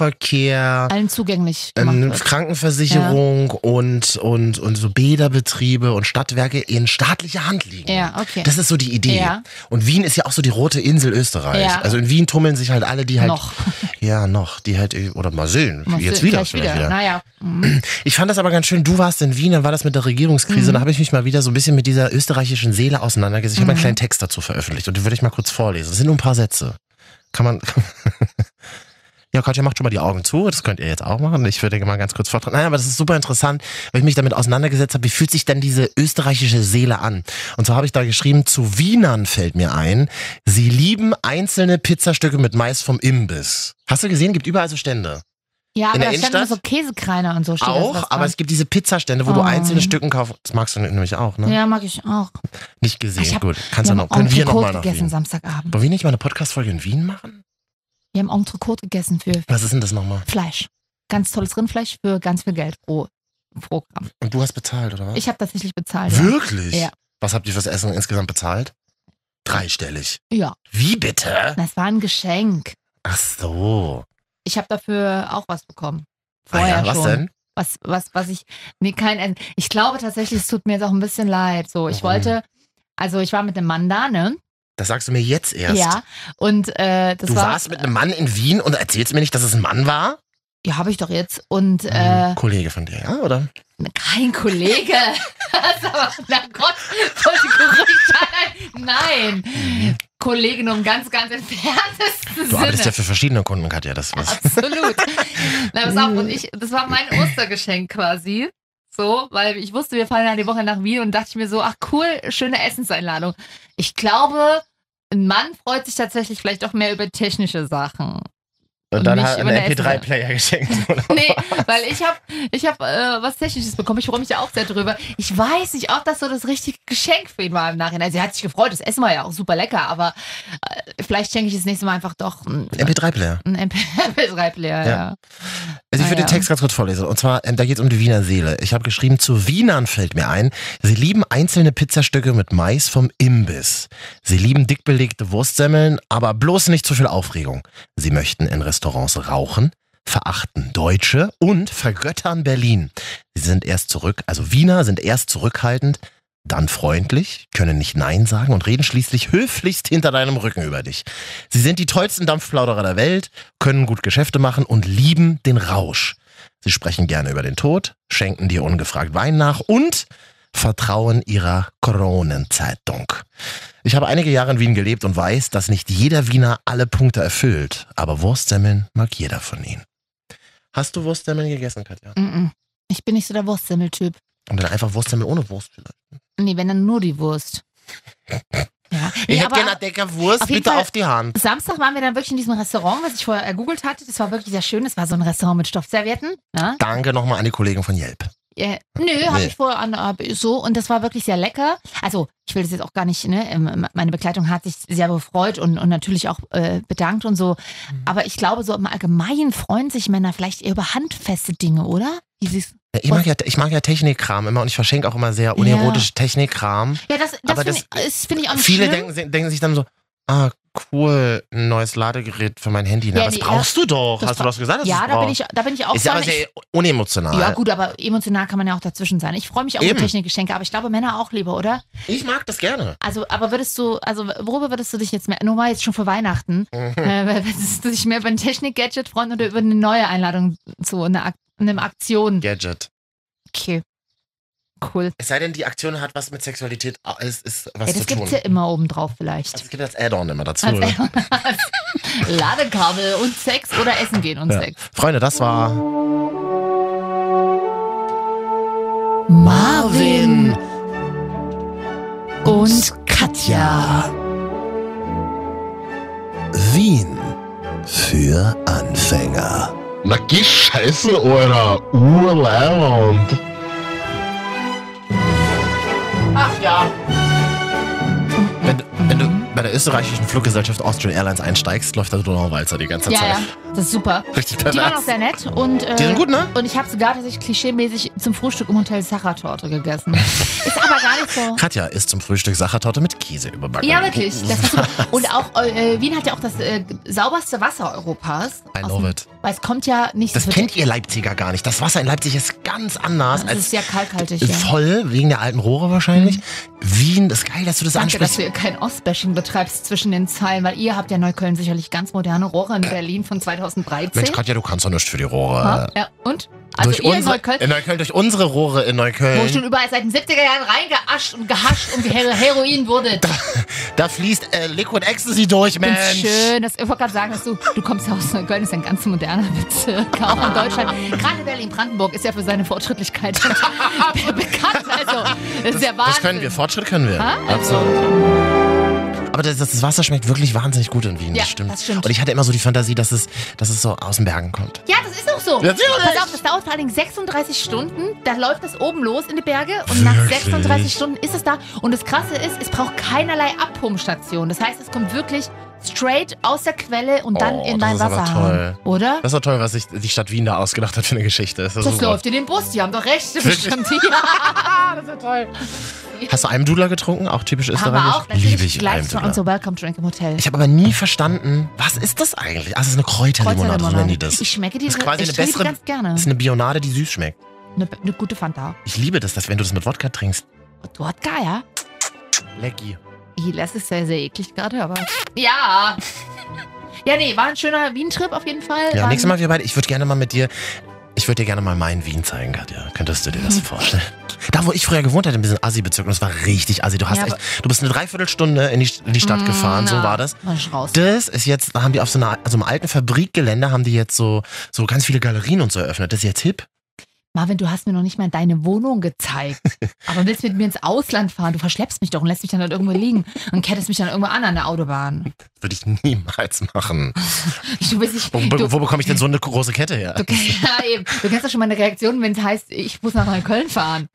S2: Nahverkehr,
S3: Allen zugänglich gemacht
S2: ähm,
S3: wird.
S2: Krankenversicherung und, und, und so Bäderbetriebe und Stadtwerke in staatlicher Hand liegen.
S3: Ja, okay.
S2: Das ist so die Idee.
S3: Ja.
S2: Und Wien ist ja auch so die rote Insel Österreich.
S3: Ja.
S2: Also in Wien tummeln sich halt alle, die halt.
S3: Noch.
S2: Ja, noch. Die halt, oder mal sehen.
S3: Machst
S2: jetzt
S3: du
S2: wieder.
S3: gleich ne?
S2: vielleicht wieder.
S3: Naja.
S2: Ich fand das aber ganz schön. Du warst in Wien, dann war das mit der Regierungskrise. Da habe ich mich mal wieder so ein bisschen mit dieser österreichischen Seele auseinandergesetzt. Ich habe einen kleinen Text dazu veröffentlicht und den würde ich mal kurz vorlesen. Das sind nur ein paar Sätze. Kann man. Kann ja, Katja, macht schon mal die Augen zu. Das könnt ihr jetzt auch machen. Ich würde mal ganz kurz vortragen. Nein, aber das ist super interessant, weil ich mich damit auseinandergesetzt habe. Wie fühlt sich denn diese österreichische Seele an? Und so habe ich da geschrieben, zu Wienern fällt mir ein. Sie lieben einzelne Pizzastücke mit Mais vom Imbiss. Hast du gesehen? Gibt überall so Stände.
S3: Ja,
S2: In
S3: aber
S2: der
S3: da stand immer so
S2: Innenstadt?
S3: Käsekreiner und so. steht da sowas
S2: Auch,
S3: dran.
S2: aber es gibt diese Pizzastände, wo du
S3: Oh.
S2: einzelne Stücken kaufst. Das magst du nämlich auch, ne?
S3: Ja, mag ich auch.
S2: Nicht gesehen.
S3: Ich hab-
S2: Gut, kannst du noch.
S3: haben
S2: Können wir
S3: Entrecote
S2: nochmal nach
S3: gegessen
S2: Wien?
S3: Samstagabend.
S2: Wollen wir nicht mal eine Podcast-Folge in Wien machen?
S3: Wir haben Entrecote gegessen für
S2: Was ist denn das nochmal?
S3: Fleisch. Ganz tolles Rindfleisch für ganz viel Geld pro Programm.
S2: Und du hast bezahlt, oder was?
S3: Ich habe tatsächlich bezahlt. ja.
S2: Wirklich?
S3: Ja.
S2: Was habt ihr fürs Essen insgesamt bezahlt? Dreistellig.
S3: Ja,
S2: Wie bitte?
S3: das war ein Geschenk.
S2: Ach so.
S3: Ich habe dafür auch was bekommen.
S2: Ah
S3: Vorher
S2: ja, was
S3: schon.
S2: denn?
S3: Was, was, was ich. Nee, kein Essen. Ich glaube tatsächlich, es tut mir jetzt auch ein bisschen leid. So, ich
S2: Warum?
S3: wollte. Also, ich war mit einem Mann da, ne?
S2: Das sagst du mir jetzt erst.
S3: Ja. Und äh, das
S2: du
S3: war.
S2: warst mit einem Mann in Wien und erzählst mir nicht, dass es ein Mann war?
S3: Ja, habe ich doch jetzt. Und äh,
S2: Ein Kollege von dir, ja, oder?
S3: kein Kollege. Das war- Na Gott, solche Gerüchte. Nein. Kollegin im ganz, ganz entferntesten
S2: Mhm.
S3: Sinne. Ah,
S2: Du arbeitest ja für verschiedene Kunden, Katja. Das, was,
S3: Absolut. Na, pass auf, und ich, das war mein Ostergeschenk quasi. So, weil ich wusste, wir fahren ja die Woche nach Wien und dachte ich mir so, ach cool, schöne Essenseinladung. Ich glaube, ein Mann freut sich tatsächlich vielleicht auch mehr über technische Sachen.
S2: Und dann
S3: mich
S2: hat er
S3: über
S2: einen
S3: eine Essen-
S2: MP3-Player geschenkt. Oder?
S3: Nee, weil ich habe ich hab, äh, was Technisches bekommen. Ich freue mich ja auch sehr drüber. Ich weiß nicht, ob das so das richtige Geschenk für ihn war im Nachhinein. Also er hat sich gefreut, das Essen war ja auch super lecker, aber äh, vielleicht schenke ich das nächste Mal einfach doch ein,
S2: MP3-Player.
S3: ein MP3-Player.
S2: Ja.
S3: Ja.
S2: Also ich würde den
S3: Ah, ja.
S2: Text ganz kurz vorlesen. Und zwar, ähm, da geht es um die Wiener Seele. Ich habe geschrieben, zu Wienern fällt mir ein. Sie lieben einzelne Pizzastücke mit Mais vom Imbiss. Sie lieben dick belegte Wurstsemmeln, aber bloß nicht zu viel Aufregung. Sie möchten in Restaurants rauchen, verachten Deutsche und vergöttern Berlin. Sie sind erst zurück, also Wiener sind erst zurückhaltend, dann freundlich, können nicht Nein sagen und reden schließlich höflichst hinter deinem Rücken über dich. Sie sind die tollsten Dampfplauderer der Welt, können gut Geschäfte machen und lieben den Rausch. Sie sprechen gerne über den Tod, schenken dir ungefragt Wein nach und vertrauen ihrer Kronenzeitung. Ich habe einige Jahre in Wien gelebt und weiß, dass nicht jeder Wiener alle Punkte erfüllt, aber Wurstsemmeln mag jeder von ihnen. Hast du Wurstsemmeln gegessen, Katja?
S3: Mm-mm. Ich bin nicht so der Wurstsemmeltyp.
S2: Und dann einfach Wurstsemmeln ohne Wurst vielleicht?
S3: Nee, wenn dann nur die Wurst. Ja. Nee,
S2: Ich hätte
S3: aber
S2: gerne eine Decker Wurst,
S3: auf jeden
S2: bitte
S3: Fall-
S2: auf die Hand.
S3: Samstag waren wir dann wirklich in diesem Restaurant, was ich vorher ergoogelt hatte. Das war wirklich sehr schön. Das war so ein Restaurant mit Stoffservietten. Ne?
S2: Danke nochmal an die Kollegen von Yelp.
S3: Äh, nö, habe
S2: Nee.
S3: ich vorher an, hab ich so. Und das war wirklich sehr lecker. Also, ich will das jetzt auch gar nicht, ne? ähm, Meine Begleitung hat sich sehr gefreut und, und natürlich auch äh, bedankt und so.
S2: Mhm.
S3: Aber ich glaube, so im Allgemeinen freuen sich Männer vielleicht eher über handfeste Dinge, oder? Wie siehst-
S2: Ja, Ich mag ja, ich mag ja Technikkram immer und ich verschenke auch immer sehr unerotisch Technikkram.
S3: Ja, das, das
S2: Aber
S3: finde ich, ist- find ich auch nicht
S2: Viele
S3: schlimm.
S2: denken, denken sich dann so, ah, cool, ein neues Ladegerät für mein Handy. Na,
S3: Ja,
S2: das
S3: die-
S2: brauchst du doch.
S3: das
S2: Hast du
S3: bra-
S2: das gesagt? dass
S3: ja,
S2: du's
S3: da bin, ich,
S2: brauchst?
S3: da bin ich auch
S2: Ist ja
S3: dran.
S2: aber sehr unemotional.
S3: Ja, gut, aber emotional kann man ja auch dazwischen sein. Ich freue mich auch über
S2: Äh. Eben.
S3: Technikgeschenke, aber ich glaube, Männer auch lieber, oder?
S2: Ich mag das gerne.
S3: Also, aber würdest du, also, worüber würdest du dich jetzt mehr, nur mal jetzt schon vor Weihnachten,
S2: Mhm. Hm.
S3: äh, würdest du dich mehr über ein Technik-Gadget freuen oder über eine neue Einladung zu einer, Ak einer Aktion?
S2: Gadget.
S3: Okay. Cool.
S2: Es sei denn, die Aktion hat was mit Sexualität, ah, es ist was
S3: Ja, das
S2: zu tun.
S3: gibt's ja immer obendrauf
S2: Also,
S3: vielleicht.
S2: es gibt das Add-on immer dazu.
S3: Als
S2: oder?
S3: Ladekabel und Sex oder Essen gehen und
S2: Ja.
S3: Sex.
S2: Freunde, das war
S3: und Katja.
S2: Wien für Anfänger.
S7: Na geh scheißen, eurer Urlaubland.
S2: Wenn, wenn, du, bei der österreichischen Fluggesellschaft Austrian Airlines einsteigst, läuft der Donauwalzer die ganze
S3: Ja,
S2: Zeit.
S3: ja, das ist super.
S2: Richtig
S3: Die waren auch
S2: pervers.
S3: sehr nett und äh,
S2: Die sind gut, ne?
S3: Und ich habe sogar tatsächlich klischeemäßig zum Frühstück im Hotel Sachertorte gegessen. Ist aber gar nicht so.
S2: Katja isst zum Frühstück Sachertorte mit Käse überbacken.
S3: Ja, wirklich. Das ist super. Und auch äh, Wien hat ja auch das äh, sauberste Wasser Europas.
S2: I
S3: Aus
S2: love
S3: dem-
S2: it.
S3: Weil es kommt ja nicht
S2: Das
S3: es wird-
S2: kennt ihr Leipziger gar nicht. Das Wasser in Leipzig ist ganz anders
S3: Es
S2: als
S3: ist ja kalkhaltig. Ja. Mhm.
S2: voll, wegen der alten Rohre wahrscheinlich. Wien, das ist geil, dass du das
S3: Danke, dass
S2: ansprichst.
S3: du ihr kein Ostbashing betreibst zwischen den Zeilen, weil ihr habt ja Neukölln sicherlich ganz moderne Rohre in Berlin von 2013.
S2: Äh, Mensch, Katja, du kannst doch nichts für die Rohre.
S3: Ha? ja, und? Also ihr in
S2: unsere,
S3: Neukölln,
S2: in Neukölln, durch unsere Rohre in
S3: wo schon
S2: Neukölln,
S3: überall seit den 70er Jahren reingeascht und gehascht und Her Heroin wurde.
S2: da fließt äh, Liquid Ecstasy durch,
S3: Ich
S2: Mensch.
S3: find's schön, dass ich wollte gerade sagen, dass du, du kommst ja aus Neukölln, ist ja ein ganz moderner Bezirk, auch in Deutschland. Gerade Berlin-Brandenburg ist ja für seine Fortschrittlichkeit bekannt, also das ist ja Wahnsinn.
S2: Das können wir, Fortschritt können wir.
S3: Ha? Also,
S2: Absolut. Aber das, das Wasser schmeckt wirklich wahnsinnig gut in Wien,
S3: Ja,
S2: das, stimmt.
S3: das stimmt.
S2: Und ich hatte immer so die Fantasie, dass es, dass es so aus den Bergen kommt.
S3: ja, das ist auch so.
S2: Natürlich.
S3: Pass auf, das dauert vor allen Dingen 36 Stunden, da läuft das oben los in die Berge und nach
S2: Wirklich?
S3: 36 Stunden ist es da. Und das Krasse ist, es braucht keinerlei Abpumpstation. Das heißt, es kommt wirklich straight aus der Quelle und dann
S2: Oh,
S3: in
S2: das
S3: dein
S2: ist aber
S3: Wasserhahn,
S2: toll.
S3: oder?
S2: Das ist doch toll, was sich die Stadt Wien da ausgedacht hat für eine Geschichte. Das, ist
S3: Das
S2: super.
S3: läuft in den Bus, die haben doch Rechte
S2: Wirklich?
S3: bestimmt. Ja, das ist toll.
S2: Hast du einen Dudler getrunken? Auch typisch
S3: Haben
S2: österreichisch?
S3: wir auch
S2: Liebe
S3: natürlich
S2: ich
S3: gleich
S2: einen
S3: von
S2: Dudler.
S3: unserer Welcome Drink im Hotel.
S2: Ich habe aber nie verstanden, was ist das eigentlich? Ah, es ist eine Kräuterlimonade, so nennen die das.
S3: Ich äh, schmecke die,
S2: Das ist quasi
S3: ich
S2: eine
S3: trinke die
S2: bessere.
S3: ganz gerne.
S2: Das ist eine Bionade, die süß schmeckt.
S3: Eine, eine gute Fanta.
S2: Ich liebe das, dass wenn du das mit Wodka trinkst.
S3: Wodka, ja?
S2: Lecky.
S3: Ich lasse es sehr, sehr eklig gerade, aber... Ja! Ja, nee, war ein schöner Wien-Trip auf jeden Fall.
S2: Ja,
S3: War
S2: nächstes
S3: ein-
S2: Mal wir beide. Ich würde gerne mal mit dir. Ich würde dir gerne mal meinen Wien zeigen, Katja. Könntest du dir
S3: Hm.
S2: das vorstellen? Da, wo ich früher gewohnt hatte, ein bisschen Assi-Bezirk, und es war richtig Assi. Du hast
S3: Ja, Hm,
S2: echt, du bist eine Dreiviertelstunde in die, in die Stadt gefahren, so
S3: Na,
S2: war das.
S3: War ich raus.
S2: Das ist jetzt, da haben die auf so, einer, so einem alten Fabrikgelände, haben die jetzt so, so ganz viele Galerien und so eröffnet. Das ist jetzt hip.
S3: Marvin, du hast mir noch nicht mal deine Wohnung gezeigt. aber willst mit mir ins Ausland fahren? Du verschleppst mich doch und lässt mich dann dort irgendwo liegen und kettest mich dann irgendwo an an der Autobahn.
S2: Würde ich niemals machen.
S3: Du bist nicht...
S2: Wo,
S3: du,
S2: wo bekomme ich denn so eine große Kette her?
S3: du, ja, eben. du kennst doch schon meine Reaktion, wenn es heißt, ich muss nach Neukölln fahren.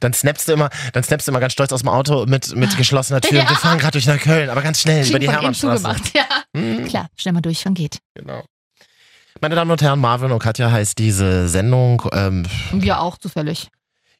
S2: Dann snappst du immer, dann snappst du immer ganz stolz aus dem Auto mit, mit geschlossener Tür.
S3: Ah. Ja.
S2: Wir fahren gerade durch Neukölln, aber ganz schnell über
S3: Schienen
S2: die
S3: von innen
S2: Hermannstraße.
S3: zugemacht, ja. Klar, schnell mal durchfahren geht.
S2: Genau. Meine Damen und Herren, Marvin und Katja heißt diese Sendung, ähm,
S3: Und wir auch zufällig.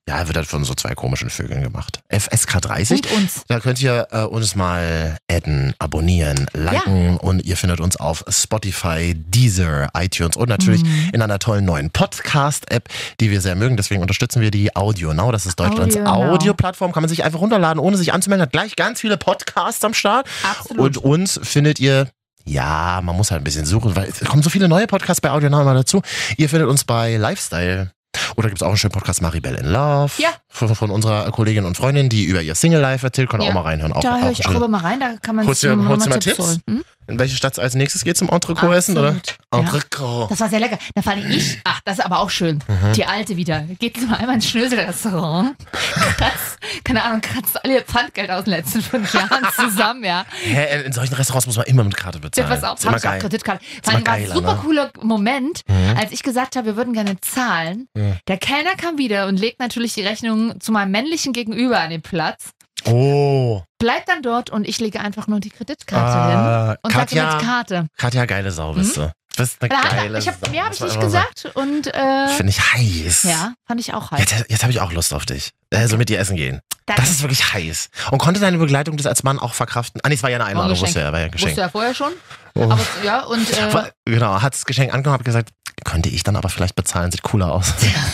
S2: ja, wird halt von so zwei komischen Vögeln gemacht. FSK30.
S3: Und uns.
S2: Da könnt ihr äh, uns mal adden, abonnieren, liken und ihr findet uns auf Spotify, Deezer, iTunes und
S3: Mhm.
S2: natürlich in einer tollen neuen Podcast-App, die wir sehr mögen. Deswegen unterstützen wir die Audio Now. Das ist Deutschlands
S3: Audio Now.
S2: Audio-Plattform. Kann man sich einfach runterladen, ohne sich anzumelden. Hat gleich ganz viele Podcasts am Start.
S3: Absolut.
S2: Und uns findet ihr, ja, man muss halt ein bisschen suchen, weil es kommen so viele neue Podcasts bei Audio Now immer dazu. Ihr findet uns bei Lifestyle. Oder gibt es auch einen schönen Podcast Maribel in Love
S3: Ja.
S2: von, von unserer Kollegin und Freundin, die über ihr Single Life erzählt. Könnt ihr
S3: Ja.
S2: auch mal reinhören. Auch,
S3: da höre ich auch
S2: schön.
S3: immer mal rein, da kann man
S2: Holst
S3: sich
S2: du-
S3: nochmal
S2: holst du mal Tipps?
S3: holen. Hm?
S2: In welche Stadt als nächstes geht's zum Entrecot essen? Oder?
S3: Absolut. Ja.
S2: Entrecot.
S3: Das war sehr lecker. Da fand ich, ach, das ist aber auch schön. Die alte wieder. Geht mal einmal ins Schnöselrestaurant. Kratzt, keine Ahnung, kratzt alle ihr Pfandgeld aus den letzten fünf Jahren zusammen, ja.
S2: Hä, in- in solchen Restaurants muss man immer mit Karte
S3: Ja,
S2: bezahlen.
S3: pass auf,
S2: ist immer
S3: hab ich auch
S2: geil.
S3: Kreditkarte.
S2: immer
S3: Vor allem war ein
S2: geiler,
S3: super
S2: ne? Mhm.
S3: cooler Moment, als ich gesagt habe, wir würden gerne zahlen. Der Kellner kam wieder und legt natürlich die Rechnung zu meinem männlichen Gegenüber an den Platz.
S2: Oh,
S3: Bleibt dann dort und ich lege einfach nur die Kreditkarte hin
S2: ah,
S3: und sage
S2: Katja,
S3: mit Karte.
S2: Katja, geile Sau bist du. Du bist eine
S3: Da Mhm. hat
S2: geile
S3: er, ich hab,
S2: Sau.
S3: mehr habe
S2: muss
S3: ich
S2: man
S3: nicht
S2: immer sagen.
S3: gesagt und äh,
S2: Finde ich heiß.
S3: ja, fand ich auch halt.
S2: Jetzt, jetzt habe ich auch Lust auf dich. Also mit dir essen gehen.
S3: Danke.
S2: Das ist wirklich heiß. Und konnte deine Begleitung das als Mann auch verkraften? Ah, nee, es war ja eine Einladung.
S3: Geschenk.
S2: Wusste ja, war ja ein Geschenk.
S3: Wusste ja vorher schon.
S2: Oh.
S3: Aber ja, und äh,
S2: War- Genau, hat das Geschenk angenommen, hab gesagt, könnte ich dann aber vielleicht bezahlen, sieht cooler aus.
S3: er hat,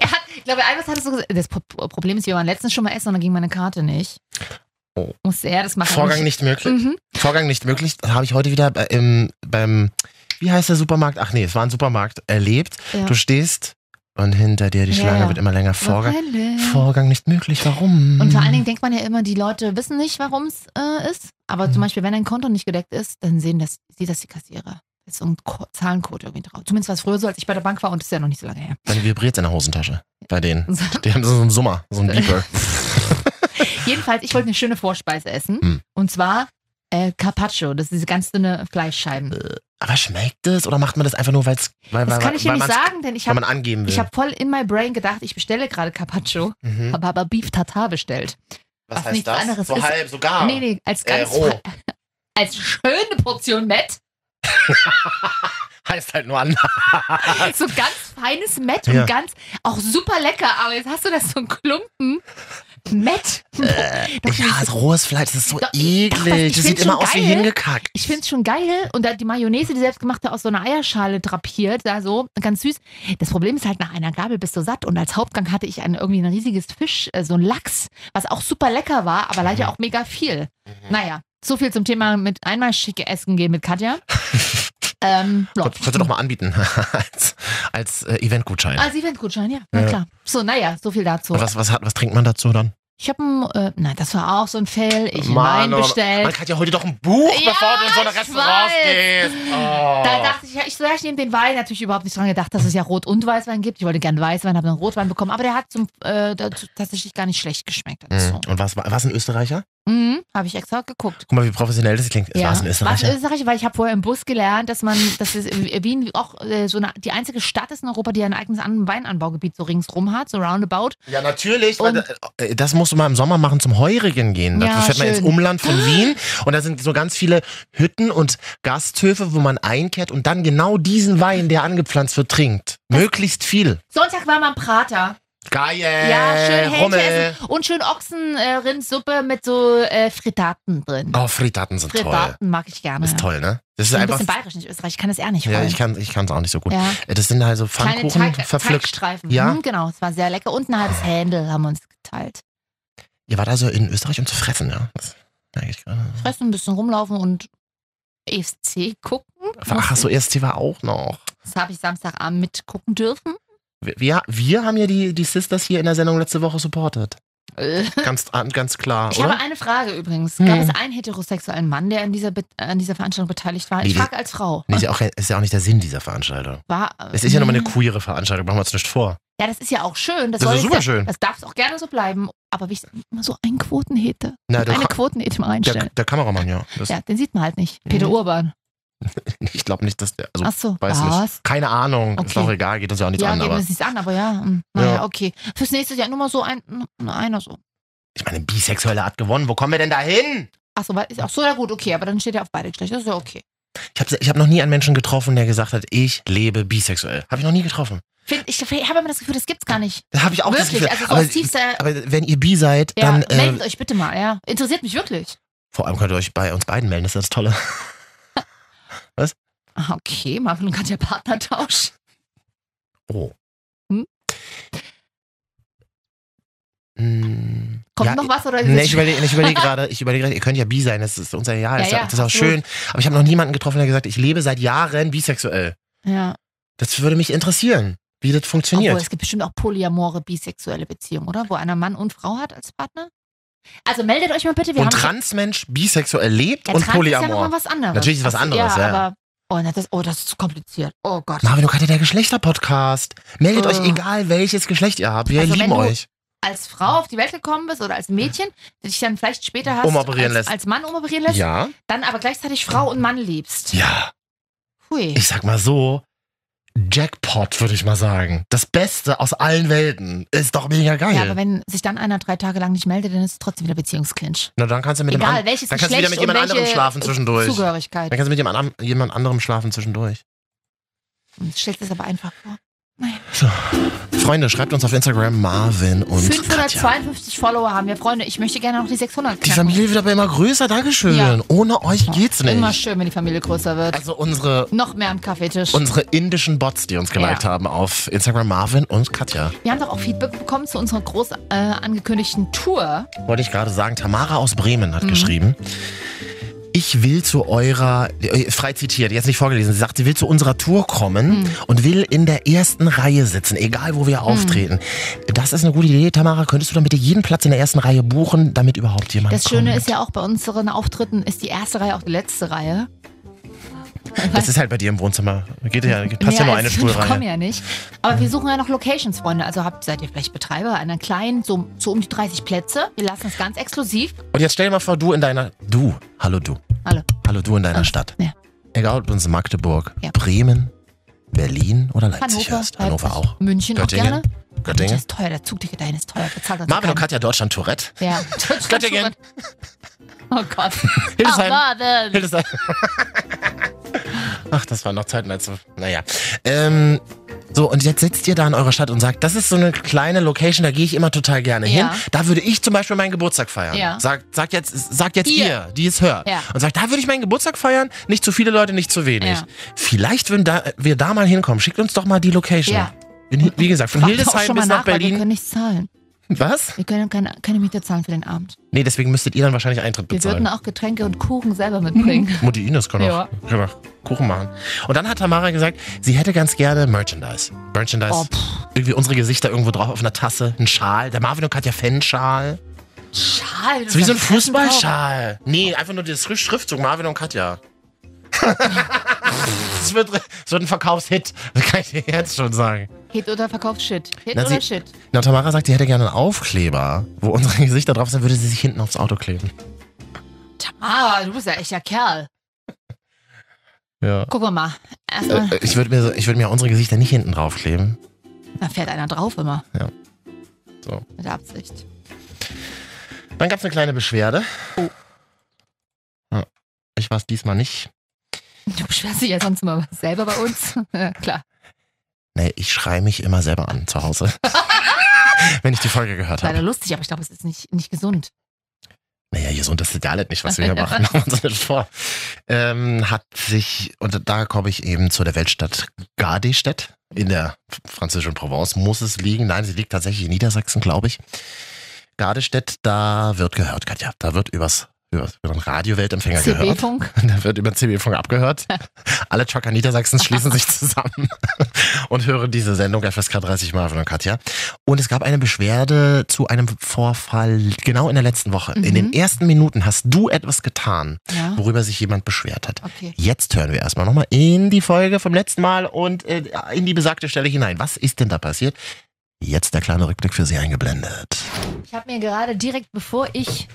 S3: äh, ich glaube, Albers hat es so gesagt. Das Pro- Problem ist, wir waren letztens schon mal essen und dann ging meine Karte nicht.
S2: Oh.
S3: Musste er das machen.
S2: Vorgang
S3: Und
S2: nicht möglich.
S3: Mhm.
S2: Vorgang nicht möglich, habe ich heute wieder bei, im, beim, wie heißt der Supermarkt? Ach nee, es war ein Supermarkt, erlebt.
S3: Ja.
S2: Du stehst und hinter dir die
S3: Ja,
S2: Schlange
S3: ja.
S2: wird immer länger. Vorgang,
S3: Welle.
S2: Vorgang nicht möglich, warum?
S3: Und vor allen Dingen denkt man ja immer, die Leute wissen nicht, warum es äh, ist. Aber
S2: Hm.
S3: zum Beispiel, wenn ein Konto nicht gedeckt ist, dann sehen das, sieht das die Kassierer. Da Ist so ein Ko Zahlencode irgendwie drauf. Zumindest war es früher so, als ich bei der Bank war und das ist ja noch nicht so lange her. Also,
S2: Dann vibriert in der Hosentasche bei denen.
S3: So.
S2: Die haben so einen Summer, so einen Beeper.
S3: Jedenfalls, ich wollte eine schöne Vorspeise essen.
S2: Hm.
S3: Und zwar äh, Carpaccio. Das ist diese ganz dünne Fleischscheiben.
S2: Aber schmeckt es oder macht man das einfach nur, weil's, Äh, weil
S3: Das
S2: weil,
S3: kann ich dir
S2: weil
S3: nicht
S2: man's-
S3: sagen, denn ich
S2: weil man
S3: habe
S2: angeben will?
S3: ich hab voll in my brain gedacht, ich bestelle gerade Carpaccio,
S2: mhm.
S3: habe aber Beef Tartar bestellt.
S2: Was,
S3: was
S2: heißt
S3: nichts
S2: das?
S3: anderes
S2: so
S3: ist.
S2: halb sogar.
S3: Nee, nee, als
S2: Äh,
S3: ganz
S2: roh.
S3: fre- als schöne Portion Met,
S2: Heißt halt nur anders.
S3: so ganz feines Met
S2: Ja.
S3: und ganz auch super lecker, aber jetzt hast du das so ein Klumpen Met.
S2: Äh,
S3: Doch,
S2: Ja,
S3: das-
S2: das rohes Fleisch, das ist so
S3: Doch, ich- doch, was-
S2: eklig.
S3: ich
S2: Das sieht
S3: find's
S2: immer
S3: schon
S2: aus wie
S3: geil.
S2: hingekackt.
S3: Ich find's schon geil. Und da die Mayonnaise, die selbstgemachte aus so einer Eierschale drapiert, da so, ganz süß. Das Problem ist halt, nach einer Gabel bist du satt. Und als Hauptgang hatte ich ein, irgendwie ein riesiges Fisch, äh, so ein Lachs, was auch super lecker war, aber
S2: Mhm.
S3: leider auch mega viel. Naja, so viel zum Thema mit einmal schicke Essen gehen mit Katja. ähm, ja.
S2: Könnt- Könnt ihr doch mal anbieten als, als äh, Eventgutschein.
S3: Als Eventgutschein, ja, na
S2: Ja.
S3: klar. So, naja, so viel dazu.
S2: Und was, was, hat, was trinkt man dazu dann?
S3: Ich hab ein, äh, nein, das war auch so ein Fail. Ich hab
S2: Mann,
S3: Wein
S2: aber-
S3: bestellt.
S2: Man hat ja heute doch ein Buch,
S3: Ja,
S2: bevor du in so ein
S3: ich
S2: Restaurant
S3: weiß.
S2: gehst. Oh.
S3: Da dachte ich, ja, ich, so, ja, ich nehme den Wein natürlich überhaupt nicht dran gedacht, dass es ja Rot- und Weißwein gibt. Ich wollte gern Weißwein, habe dann Rotwein bekommen, aber der hat zum, äh, dazu tatsächlich gar nicht schlecht geschmeckt. Dazu.
S2: Mhm. Und was war es ein Österreicher?
S3: Mhm, habe ich extra geguckt.
S2: Guck mal, wie professionell das klingt. War es ein
S3: War's
S2: Österreicher?
S3: Österreicher, weil ich habe vorher im Bus gelernt, dass man, dass es in Wien auch äh, so eine, die einzige Stadt ist in Europa, die ein eigenes An- Weinanbaugebiet so ringsrum hat, so roundabout.
S2: Ja, natürlich. äh,
S3: weil
S2: das musst du mal im Sommer machen, zum Heurigen gehen.
S3: Ja,
S2: Dazu fährt man
S3: schön.
S2: ins Umland von Wien und da sind so ganz viele Hütten und Gasthöfe, wo man einkehrt und dann genau diesen Wein, der angepflanzt wird, trinkt. Möglichst viel.
S3: Sonntag war mein Prater.
S2: Geil.
S3: ja,
S2: Äh,
S3: schön Hähnchen
S2: Rummel.
S3: essen und schön Ochsenrindsuppe mit so äh, Frittaten drin.
S2: Oh, Frittaten sind toll.
S3: Frittaten mag ich gerne.
S2: Ist toll, ne? Das ist
S3: Ein
S2: einfach.
S3: bisschen bayerisch, nicht Österreich. Ich kann das eher nicht.
S2: Ja,
S3: voll.
S2: ich kann es auch nicht so gut.
S3: Ja.
S2: Das sind halt so
S3: Kleine
S2: Pfannkuchen
S3: Teig,
S2: verpflückt.
S3: Teigstreifen.
S2: Ja.
S3: Mhm, genau, es war sehr lecker. Und ein halbes Händel haben wir uns geteilt.
S2: Ihr wart also in Österreich, um zu fressen, ja? Das merke ich gerade.
S3: Fressen, ein bisschen rumlaufen und EFC gucken.
S2: Ach, so ESC war auch noch.
S3: Das habe ich Samstagabend mitgucken dürfen.
S2: Wir- Wir, wir haben ja die, die Sisters hier in der Sendung letzte Woche supportet.
S3: Äh,
S2: Ganz, ganz klar,
S3: Ich habe
S2: oder?
S3: eine Frage übrigens.
S2: Hm.
S3: Gab es einen heterosexuellen Mann, der an dieser, Be an dieser Veranstaltung beteiligt war? Ich
S2: Nee,
S3: frage als Frau.
S2: Nee, ist, ja auch, ist ja auch nicht der Sinn dieser Veranstaltung.
S3: War,
S2: Es ist ja nochmal eine
S3: Hm.
S2: queere Veranstaltung, machen wir uns nicht vor.
S3: Ja, das ist ja auch schön. Das,
S2: Das
S3: soll
S2: ist
S3: jetzt
S2: super schön.
S3: Ja, das darf es auch gerne so bleiben. Aber wie ich immer so einen Quotenhete,
S2: Na, der,
S3: eine
S2: Ka
S3: Quotenhete mal
S2: der,
S3: einstellen.
S2: der Kameramann, ja. Das,
S3: Ja, den sieht man halt nicht. Peter
S2: Mhm.
S3: Urban.
S2: Ich glaube nicht, dass der. Also,
S3: Ach so.
S2: weiß
S3: Was?
S2: nicht. Keine Ahnung. Ist
S3: Okay.
S2: auch egal, geht uns ja auch nichts
S3: ja,
S2: an.
S3: geben wir
S2: Aber
S3: es nicht an, aber ja. hm, Naja,
S2: Ja.
S3: okay. Fürs nächste Jahr nur mal so ein, n- einer so.
S2: ich meine, Bisexuelle hat gewonnen. Wo kommen wir denn da hin?
S3: Achso, ist auch so ja gut, okay, aber dann steht ja auf beide Geschlechter, das ist ja okay.
S2: Ich habe ich hab noch nie einen Menschen getroffen, der gesagt hat, ich lebe bisexuell. Habe ich noch nie getroffen.
S3: Find, ich ich habe immer das Gefühl, das gibt's gar nicht.
S2: Da habe ich auch das Gefühl.
S3: wirklich, also so
S2: aber,
S3: aus tiefster.
S2: aber wenn ihr bi seid,
S3: Ja,
S2: dann äh,
S3: meldet euch bitte mal, ja. Interessiert mich wirklich.
S2: vor allem könnt ihr euch bei uns beiden melden, das ist das Tolle.
S3: Ah, Okay, Marvin und Katja Partnertausch.
S2: Oh.
S3: Hm?
S2: Hm.
S3: Kommt
S2: ja,
S3: noch was oder ist
S2: Nee,
S3: es-
S2: ich überlege ich überleg gerade, ich überlege gerade, ihr könnt ja bi sein, das ist uns ja egal,
S3: Ja,
S2: das, ist ja-
S3: ja,
S2: das ist auch schön.
S3: absolut.
S2: Aber ich habe noch niemanden getroffen, der gesagt hat, ich lebe seit Jahren bisexuell.
S3: Ja.
S2: Das würde mich interessieren, wie das funktioniert.
S3: Obwohl, es gibt bestimmt auch polyamore bisexuelle Beziehungen, oder? Wo einer Mann und Frau hat als Partner. Also meldet euch mal bitte. Wir
S2: und
S3: haben
S2: Transmensch bisexuell lebt
S3: ja,
S2: und
S3: Trans Ist ja noch
S2: Polyamor.
S3: mal was anderes.
S2: Natürlich ist was
S3: Also,
S2: anderes, ja.
S3: Aber, oh, na, das, oh, das ist zu kompliziert. Oh Gott.
S2: Marvin, du kannst ja der Geschlechter-Podcast. Meldet
S3: Äh.
S2: euch, egal welches Geschlecht ihr habt. Wir
S3: Also,
S2: lieben
S3: wenn du-
S2: euch.
S3: Als Frau auf die Welt gekommen bist oder als Mädchen, dich dann vielleicht später hast,
S2: Umoperieren
S3: als,
S2: lässt.
S3: als Mann umoperieren lässt,
S2: Ja.
S3: dann aber gleichzeitig Frau und Mann liebst.
S2: Ja.
S3: Hui.
S2: Ich sag mal so. Jackpot, würde ich mal sagen. Das Beste aus allen Welten. Ist doch mega geil.
S3: Ja, aber wenn sich dann einer drei Tage lang nicht meldet, dann ist es trotzdem wieder Beziehungsclinch.
S2: Na, dann kannst du mit dem
S3: Egal
S2: anderen-
S3: welches
S2: dann kannst du wieder
S3: Geschlecht
S2: mit jemand
S3: und welche
S2: anderem schlafen zwischendurch.
S3: Zugehörigkeit.
S2: Dann kannst du mit jemand, anderem- jemand anderem schlafen zwischendurch.
S3: Stellt Hm, es aber einfach vor.
S2: Freunde, schreibt uns auf Instagram Marvin und Katja.
S3: 552 Follower haben wir, Freunde. Ich möchte gerne noch die 600
S2: Die
S3: knacken.
S2: Familie wird aber immer größer, Dankeschön.
S3: Ja.
S2: Ohne euch geht's nicht.
S3: Immer schön, wenn die Familie größer wird.
S2: Also unsere,
S3: Noch mehr am Kaffeetisch.
S2: unsere indischen Bots, die uns geliked
S3: Ja.
S2: haben auf Instagram Marvin und Katja.
S3: wir haben doch auch Feedback bekommen zu unserer groß äh, angekündigten Tour.
S2: Wollte ich gerade sagen, Tamara aus Bremen
S3: Mhm.
S2: hat geschrieben. Ich will zu eurer, äh, frei zitiert, jetzt nicht vorgelesen, sie sagt, sie will zu unserer Tour
S3: Mhm.
S2: kommen und will in der ersten Reihe sitzen, egal wo wir auftreten. Das ist eine gute Idee, Tamara. Könntest du dann bitte jeden Platz in der ersten Reihe buchen, damit überhaupt jemand
S3: Das
S2: kommt?
S3: Schöne ist ja auch bei unseren Auftritten ist die erste Reihe auch die letzte Reihe.
S2: Das ist halt bei dir im Wohnzimmer. Geht ja, passt ja
S3: Mehr
S2: nur
S3: als
S2: eine
S3: fünf
S2: Stuhlreihe.
S3: kommen ja nicht. Aber wir suchen ja noch Locations, Freunde. Also habt, seid ihr vielleicht Betreiber einer kleinen, so, so um die 30 Plätze. Wir lassen es ganz exklusiv.
S2: Und jetzt stell dir mal vor, du in deiner. Du, hallo du.
S3: Hallo.
S2: Hallo du in deiner
S3: Ah,
S2: Stadt.
S3: ja.
S2: Egal ob uns Magdeburg,
S3: Ja.
S2: Bremen, Berlin oder Leipzig
S3: Hannover,
S2: hörst. Hannover
S3: Leipzig,
S2: auch.
S3: München auch
S2: Göttingen.
S3: gerne. Das
S2: Göttingen.
S3: ist teuer, der Zugticket dahin ist teuer. Bezahlt das
S2: Marvin
S3: keiner.
S2: und Katja, Deutschland Tourette.
S3: Ja.
S2: Göttingen.
S3: Oh Gott.
S2: Hildesheim.
S3: Ah, Marvin.
S2: Hildesheim. Ach, das waren noch Zeiten, als. Naja. Ähm, so, und jetzt sitzt ihr da in eurer Stadt und sagt, das ist so eine kleine Location, da gehe ich immer total gerne hin.
S3: Ja.
S2: Da würde ich zum Beispiel meinen Geburtstag feiern.
S3: Ja.
S2: Sagt, sagt jetzt, sagt jetzt
S3: Ihr.
S2: ihr, die es hört.
S3: Ja.
S2: Und sagt, da würde ich meinen Geburtstag feiern. Nicht zu viele Leute, nicht zu wenig.
S3: Ja.
S2: Vielleicht würden da, wir da mal hinkommen. Schickt uns doch mal die Location.
S3: Ja.
S2: Wie- Wie gesagt, von
S3: Frag doch auch
S2: Hildesheim
S3: schon mal
S2: bis nach
S3: weil Wir
S2: Berlin.
S3: können nichts zahlen.
S2: Was?
S3: Wir können keine, keine Miete zahlen für den Abend.
S2: Nee, deswegen müsstet ihr dann wahrscheinlich Eintritt
S3: Wir
S2: bezahlen.
S3: würden auch Getränke und Kuchen selber mitbringen.
S2: Mutti Ines kann
S3: Ja.
S2: auch, kann auch Kuchen machen. Und dann hat Tamara gesagt, sie hätte ganz gerne Merchandise. Merchandise.
S3: Oh,
S2: irgendwie unsere Gesichter irgendwo drauf auf einer Tasse, ein Schal. Der Marvin und Katja Fanschal.
S3: Schal.
S2: So wie so ein Fußballschal. Nee, einfach nur das Schriftzug Marvin und Katja. Es wird, es wird ein Verkaufshit. Das kann ich dir jetzt schon sagen.
S3: Hit oder verkauft Shit. Hit
S2: Na,
S3: oder
S2: sie-
S3: Shit.
S2: Na, Tamara sagt, sie hätte gerne einen Aufkleber, wo unsere Gesichter drauf sind, würde sie sich hinten aufs Auto kleben.
S3: Ah, du bist ja echter Kerl.
S2: Ja.
S3: Guck mal. Erstmal,
S2: Äh, ich würde mir, so- ich würd mir unsere Gesichter nicht hinten draufkleben.
S3: da fährt einer drauf immer.
S2: Ja. So.
S3: Mit Absicht.
S2: Dann gab es eine kleine Beschwerde. Ja, Ich war es diesmal nicht.
S3: Du beschwerst dich ja sonst immer selber bei uns. ja, klar.
S2: Nee, ich schreie mich immer selber an zu Hause. Wenn ich die Folge gehört
S3: Leider
S2: habe.
S3: lustig, aber ich glaube, es ist nicht, nicht gesund.
S2: Naja, hier so, das ist ja alles nicht, was wir hier machen. Machen wir uns nicht vor. Ähm, hat sich, und da komme ich eben zu der Weltstadt Gardestedt in der französischen Provence. Muss es liegen? Nein, sie liegt tatsächlich in Niedersachsen, glaube ich. Gardestedt, da wird gehört, Katja. Da wird übers, übers, über den Radio-Weltempfänger gehört.
S3: CB-Funk.
S2: Da wird über CB-Funk abgehört. Alle Trucker Niedersachsens schließen sich zusammen und hören diese Sendung FSK 30 Marvin und Katja. Und es gab eine Beschwerde zu einem Vorfall genau in der letzten Woche. In den ersten Minuten hast du etwas getan,
S3: Ja.
S2: worüber sich jemand beschwert hat.
S3: Okay.
S2: Jetzt hören wir erstmal nochmal in die Folge vom letzten Mal und äh, in die besagte Stelle hinein. Was ist denn da passiert? Jetzt der kleine Rückblick für Sie eingeblendet.
S3: Ich habe mir gerade direkt bevor ich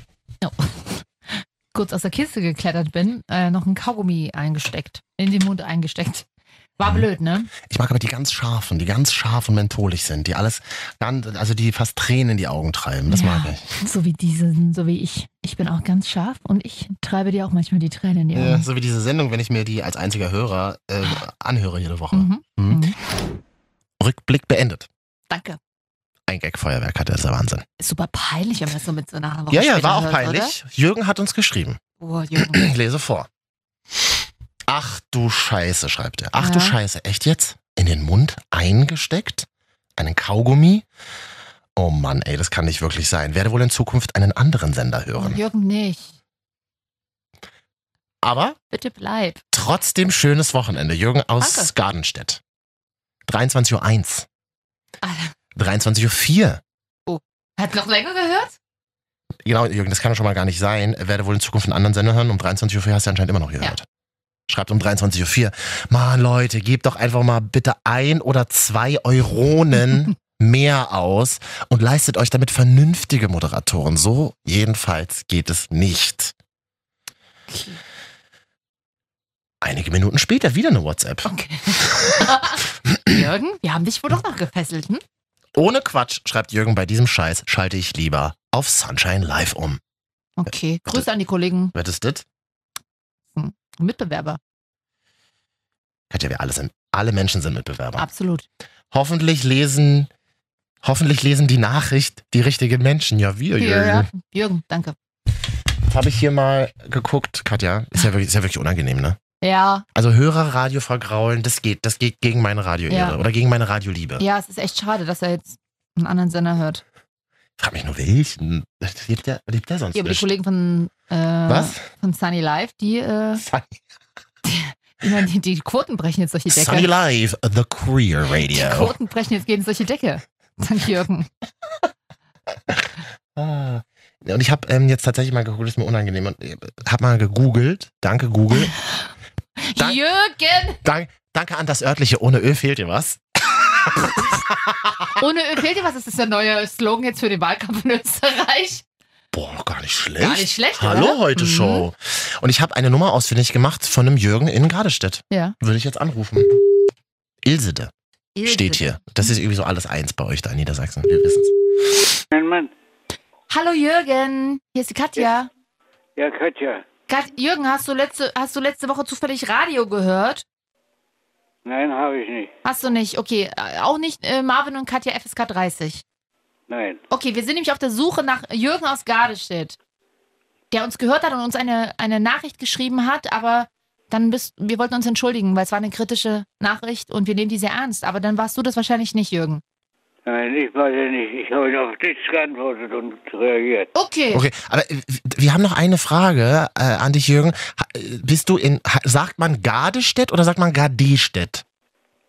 S3: oh, kurz aus der Kiste geklettert bin, äh, noch ein Kaugummi eingesteckt. In den Mund eingesteckt. War
S2: Mhm.
S3: blöd, ne?
S2: Ich mag aber die ganz scharfen, die ganz scharf und mentholig sind, die alles, ganz, also die fast Tränen in die Augen treiben. Das
S3: Ja.
S2: mag ich.
S3: So wie diese, so wie ich. Ich bin auch ganz scharf und ich treibe dir auch manchmal die Tränen in die
S2: Ja,
S3: Augen.
S2: so wie diese Sendung, wenn ich mir die als einziger Hörer äh, anhöre jede Woche.
S3: Mhm.
S2: Mhm.
S3: Mhm.
S2: Rückblick beendet.
S3: Danke.
S2: Ein Gag-Feuerwerk hatte, ist der Wahnsinn.
S3: Ist super peinlich, wenn man das so mit so einer Woche
S2: ja, ja,
S3: später
S2: war auch
S3: hört,
S2: peinlich. Jürgen hat uns geschrieben.
S3: Oder? Oh, Jürgen.
S2: Ich lese vor. Ach du Scheiße, schreibt er. Ach du
S3: Ja.
S2: Scheiße, echt jetzt? In den Mund eingesteckt? Einen Kaugummi? Oh Mann, ey, das kann nicht wirklich sein. Werde wohl in Zukunft einen anderen Sender
S3: Oh,
S2: hören.
S3: Jürgen nicht.
S2: Aber
S3: Bitte bleib.
S2: trotzdem schönes Wochenende. Jürgen aus
S3: Danke.
S2: Gardenstedt. 23.01
S3: Ah,
S2: Uhr. 23.04 Uhr.
S3: Hat noch länger gehört?
S2: Genau, Jürgen, das kann schon mal gar nicht sein. Er werde wohl in Zukunft einen anderen Sender hören. Um 23.04 Uhr hast du anscheinend immer noch gehört. Schreibt um 23.04 Uhr. Mann, Leute, gebt doch einfach mal bitte ein oder zwei Euronen mehr aus und leistet euch damit vernünftige Moderatoren. So jedenfalls geht es nicht. Einige Minuten später wieder eine WhatsApp.
S3: Okay. Jürgen, wir haben dich wohl doch noch gefesselt, hm?
S2: Ohne Quatsch, schreibt Jürgen, bei diesem Scheiß schalte ich lieber auf Sunshine Live um.
S3: Okay. Grüße an die Kollegen,
S2: Wer ist das?
S3: Mitbewerber.
S2: Katja, wir alle sind, alle Menschen sind Mitbewerber.
S3: Absolut.
S2: hoffentlich lesen, hoffentlich lesen die Nachricht die richtigen Menschen. Ja, wir,
S3: Ja,
S2: Jürgen.
S3: ja. Jürgen, danke.
S2: Jetzt habe ich hier mal geguckt, Katja. Ist ja wirklich, ist ja wirklich unangenehm, ne?
S3: Ja,
S2: Also Hörerradio vergraulen, das geht, das geht gegen meine Radioehre
S3: Ja.
S2: oder gegen meine Radioliebe.
S3: ja, es ist echt schade, dass er jetzt einen anderen Sender hört.
S2: Ich Frag mich nur, welchen? Das Lebt der, lebt der sonst
S3: Hier, aber die
S2: nicht?
S3: Kollegen von, äh,
S2: Was?
S3: von Sunny Live, die, äh, ich meine, die, die Quoten brechen jetzt durch die Decke.
S2: Sunny Live, The Queer
S3: die
S2: Radio.
S3: Quoten brechen jetzt gegen solche Decke. Dank Jürgen.
S2: Ah. Und ich habe ähm, jetzt tatsächlich mal geguckt, ist mir unangenehm und äh, habe mal gegoogelt. Danke Google. Dank-
S3: Jürgen!
S2: Dank, danke an das örtliche. Ohne Ö fehlt dir was.
S3: Ohne Öl fehlt dir was? Das ist der neue Slogan jetzt für den Wahlkampf in Österreich.
S2: Boah, gar nicht schlecht.
S3: Gar nicht schlecht,
S2: Hallo
S3: oder?
S2: heute
S3: Mhm.
S2: Show. Und ich habe eine Nummer ausfindig gemacht von einem Jürgen in Gradestedt.
S3: Ja.
S2: Würde ich jetzt anrufen. Ilsede
S3: Ilse.
S2: steht hier. Das ist irgendwie so alles eins bei euch da in Niedersachsen. Wir wissen es.
S10: Mein Mann.
S3: Hallo Jürgen, hier ist die Katja.
S10: Ja, Katja.
S3: Kat Jürgen, hast du, letzte, hast du letzte Woche zufällig Radio gehört?
S10: Nein, habe ich nicht.
S3: Hast du nicht? Okay, äh, auch nicht äh, Marvin und Katja FSK 30.
S10: Nein.
S3: Okay, wir sind nämlich auf der Suche nach Jürgen aus Gardestedt, der uns gehört hat und uns eine, eine Nachricht geschrieben hat, aber dann bist, wir wollten uns entschuldigen, weil es war eine kritische Nachricht und wir nehmen die sehr ernst. Aber dann warst du das wahrscheinlich nicht, Jürgen.
S10: Nein, ich weiß ja nicht. Ich habe auf nichts geantwortet und reagiert.
S3: Okay.
S2: Okay, aber äh, wir haben noch eine Frage äh, an dich, Jürgen. Ha- äh, Bist du in, ha- sagt man Gardestedt oder sagt man Gardestedt?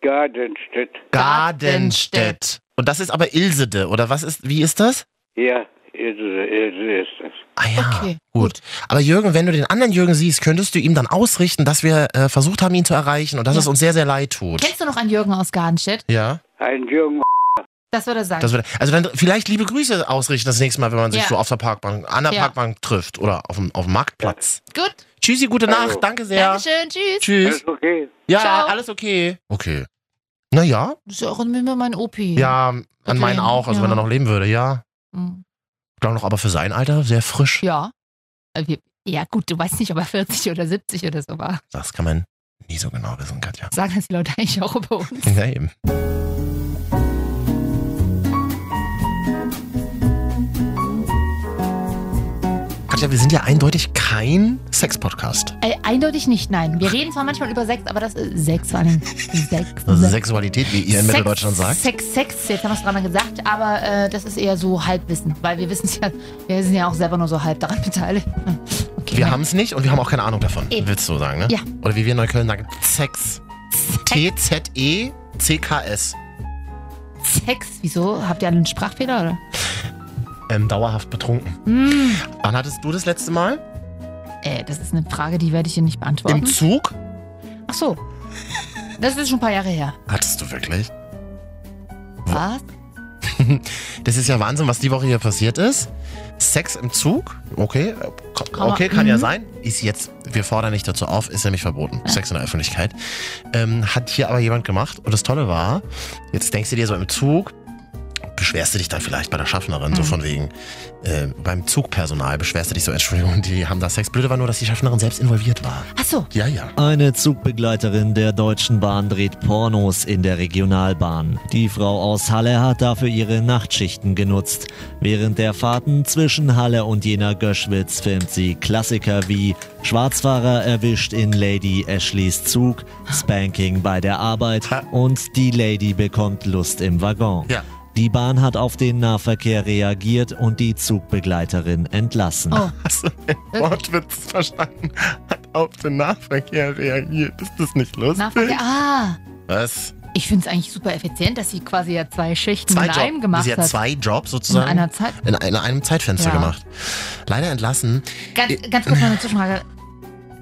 S10: Gardenstedt.
S2: Gardenstedt. Und das ist aber Ilsede, oder was ist, wie ist das?
S10: Ja, jetzt ist es.
S2: Ah ja,
S3: Okay,
S2: gut. Aber Jürgen, wenn du den anderen Jürgen siehst, könntest du ihm dann ausrichten, dass wir äh, versucht haben, ihn zu erreichen und dass
S3: Ja.
S2: es uns sehr, sehr leid tut.
S3: Kennst du noch einen Jürgen aus Gardestedt?
S2: Ja.
S10: Ein Jürgen.
S3: Das würde er sagen.
S2: Das wird, also dann vielleicht liebe Grüße ausrichten das nächste Mal, wenn man sich
S3: Ja.
S2: so auf der Parkbank, an der
S3: Ja.
S2: Parkbank trifft oder auf dem, auf dem Marktplatz.
S3: Gut,
S2: Tschüssi, gute
S10: Also.
S2: Nacht, danke sehr.
S3: Dankeschön, tschüss.
S2: Tschüss.
S10: Ist okay.
S2: Ja,
S3: Ciao.
S2: alles okay. Okay. Naja,
S3: Das erinnert mich an meinen Opi.
S2: ja, an
S3: Okay,
S2: meinen auch, also
S3: ja.
S2: wenn er noch leben würde, ja.
S3: Hm.
S2: Ich glaube noch, aber für sein Alter sehr frisch.
S3: Ja. Äh, wir- Ja, gut, du weißt nicht, ob er 40 oder 70 oder so war.
S2: Das kann man nie so genau wissen, Katja.
S3: Sagen das die Leute eigentlich auch über uns.
S2: Ja, eben. Katja, wir sind ja eindeutig kein Sex-Podcast.
S3: Äh, eindeutig nicht, nein. Wir reden zwar manchmal über Sex, aber das äh, ist Sex vor allem. Sex.
S2: Also Sexualität, wie ihr in Mitteldeutschland sagt.
S3: Sex, Sex, jetzt haben wir es dran gesagt, aber äh, das ist eher so Halbwissen, weil wir wissen es ja, wir sind ja auch selber nur so halb daran beteiligt. Okay,
S2: Wir
S3: nein.
S2: haben es nicht und wir haben auch keine Ahnung davon.
S3: Eben.
S2: Willst du sagen, ne?
S3: Ja.
S2: Oder wie wir in Neukölln sagen, Sex. E T-Z-E-C-K-S.
S3: Sex. Wieso? Habt ihr einen Sprachfehler oder?
S2: Ähm, dauerhaft betrunken.
S3: Hm,
S2: Wann hattest du das letzte Mal?
S3: äh, das ist eine Frage, die werde ich hier nicht beantworten.
S2: Im Zug?
S3: Ach so. Das ist schon ein paar Jahre her.
S2: Hattest du wirklich?
S3: Was?
S2: Das ist ja Wahnsinn, was die Woche hier passiert ist. Sex im Zug? Okay, äh, ko-
S3: Kann
S2: okay,
S3: man-
S2: kann ja
S3: mhm.
S2: sein. Ist jetzt, wir fordern nicht dazu auf, ist nämlich verboten. Sex in der Öffentlichkeit. Ähm, hat hier aber jemand gemacht. Und das Tolle war, jetzt denkst du dir so im Zug, beschwerst du dich dann vielleicht bei der Schaffnerin, so
S3: Mhm.
S2: von wegen, äh, beim Zugpersonal beschwerst du dich so, Entschuldigung, die haben da Sex. Blöde war nur, dass die Schaffnerin selbst involviert war.
S3: Ach so.
S2: Ja, ja.
S11: Eine Zugbegleiterin der Deutschen Bahn dreht Pornos in der Regionalbahn. Die Frau aus Halle hat dafür ihre Nachtschichten genutzt. Während der Fahrten zwischen Halle und Jena Göschwitz filmt sie Klassiker wie Schwarzfahrer erwischt in Lady Ashleys Zug, Spanking bei der Arbeit und die Lady bekommt Lust im Waggon.
S2: Ja.
S11: Die Bahn hat auf den Nahverkehr reagiert und die Zugbegleiterin entlassen.
S3: Oh.
S2: Hast du den Wortwitz verstanden? Hat auf den Nahverkehr reagiert. Ist das nicht lustig?
S3: Nachfrage. Ah.
S2: Was?
S3: Ich finde es eigentlich super effizient, dass sie quasi ja zwei Schichten
S2: zwei
S3: in einem
S2: Job,
S3: gemacht
S2: sie hat
S3: hat.
S2: zwei Jobs
S3: in
S2: sozusagen
S3: einer Zeit.
S2: in, in einem Zeitfenster
S3: Ja.
S2: gemacht. Leider entlassen. Äh.
S3: Ganz, ganz kurz mal eine Zwischenfrage.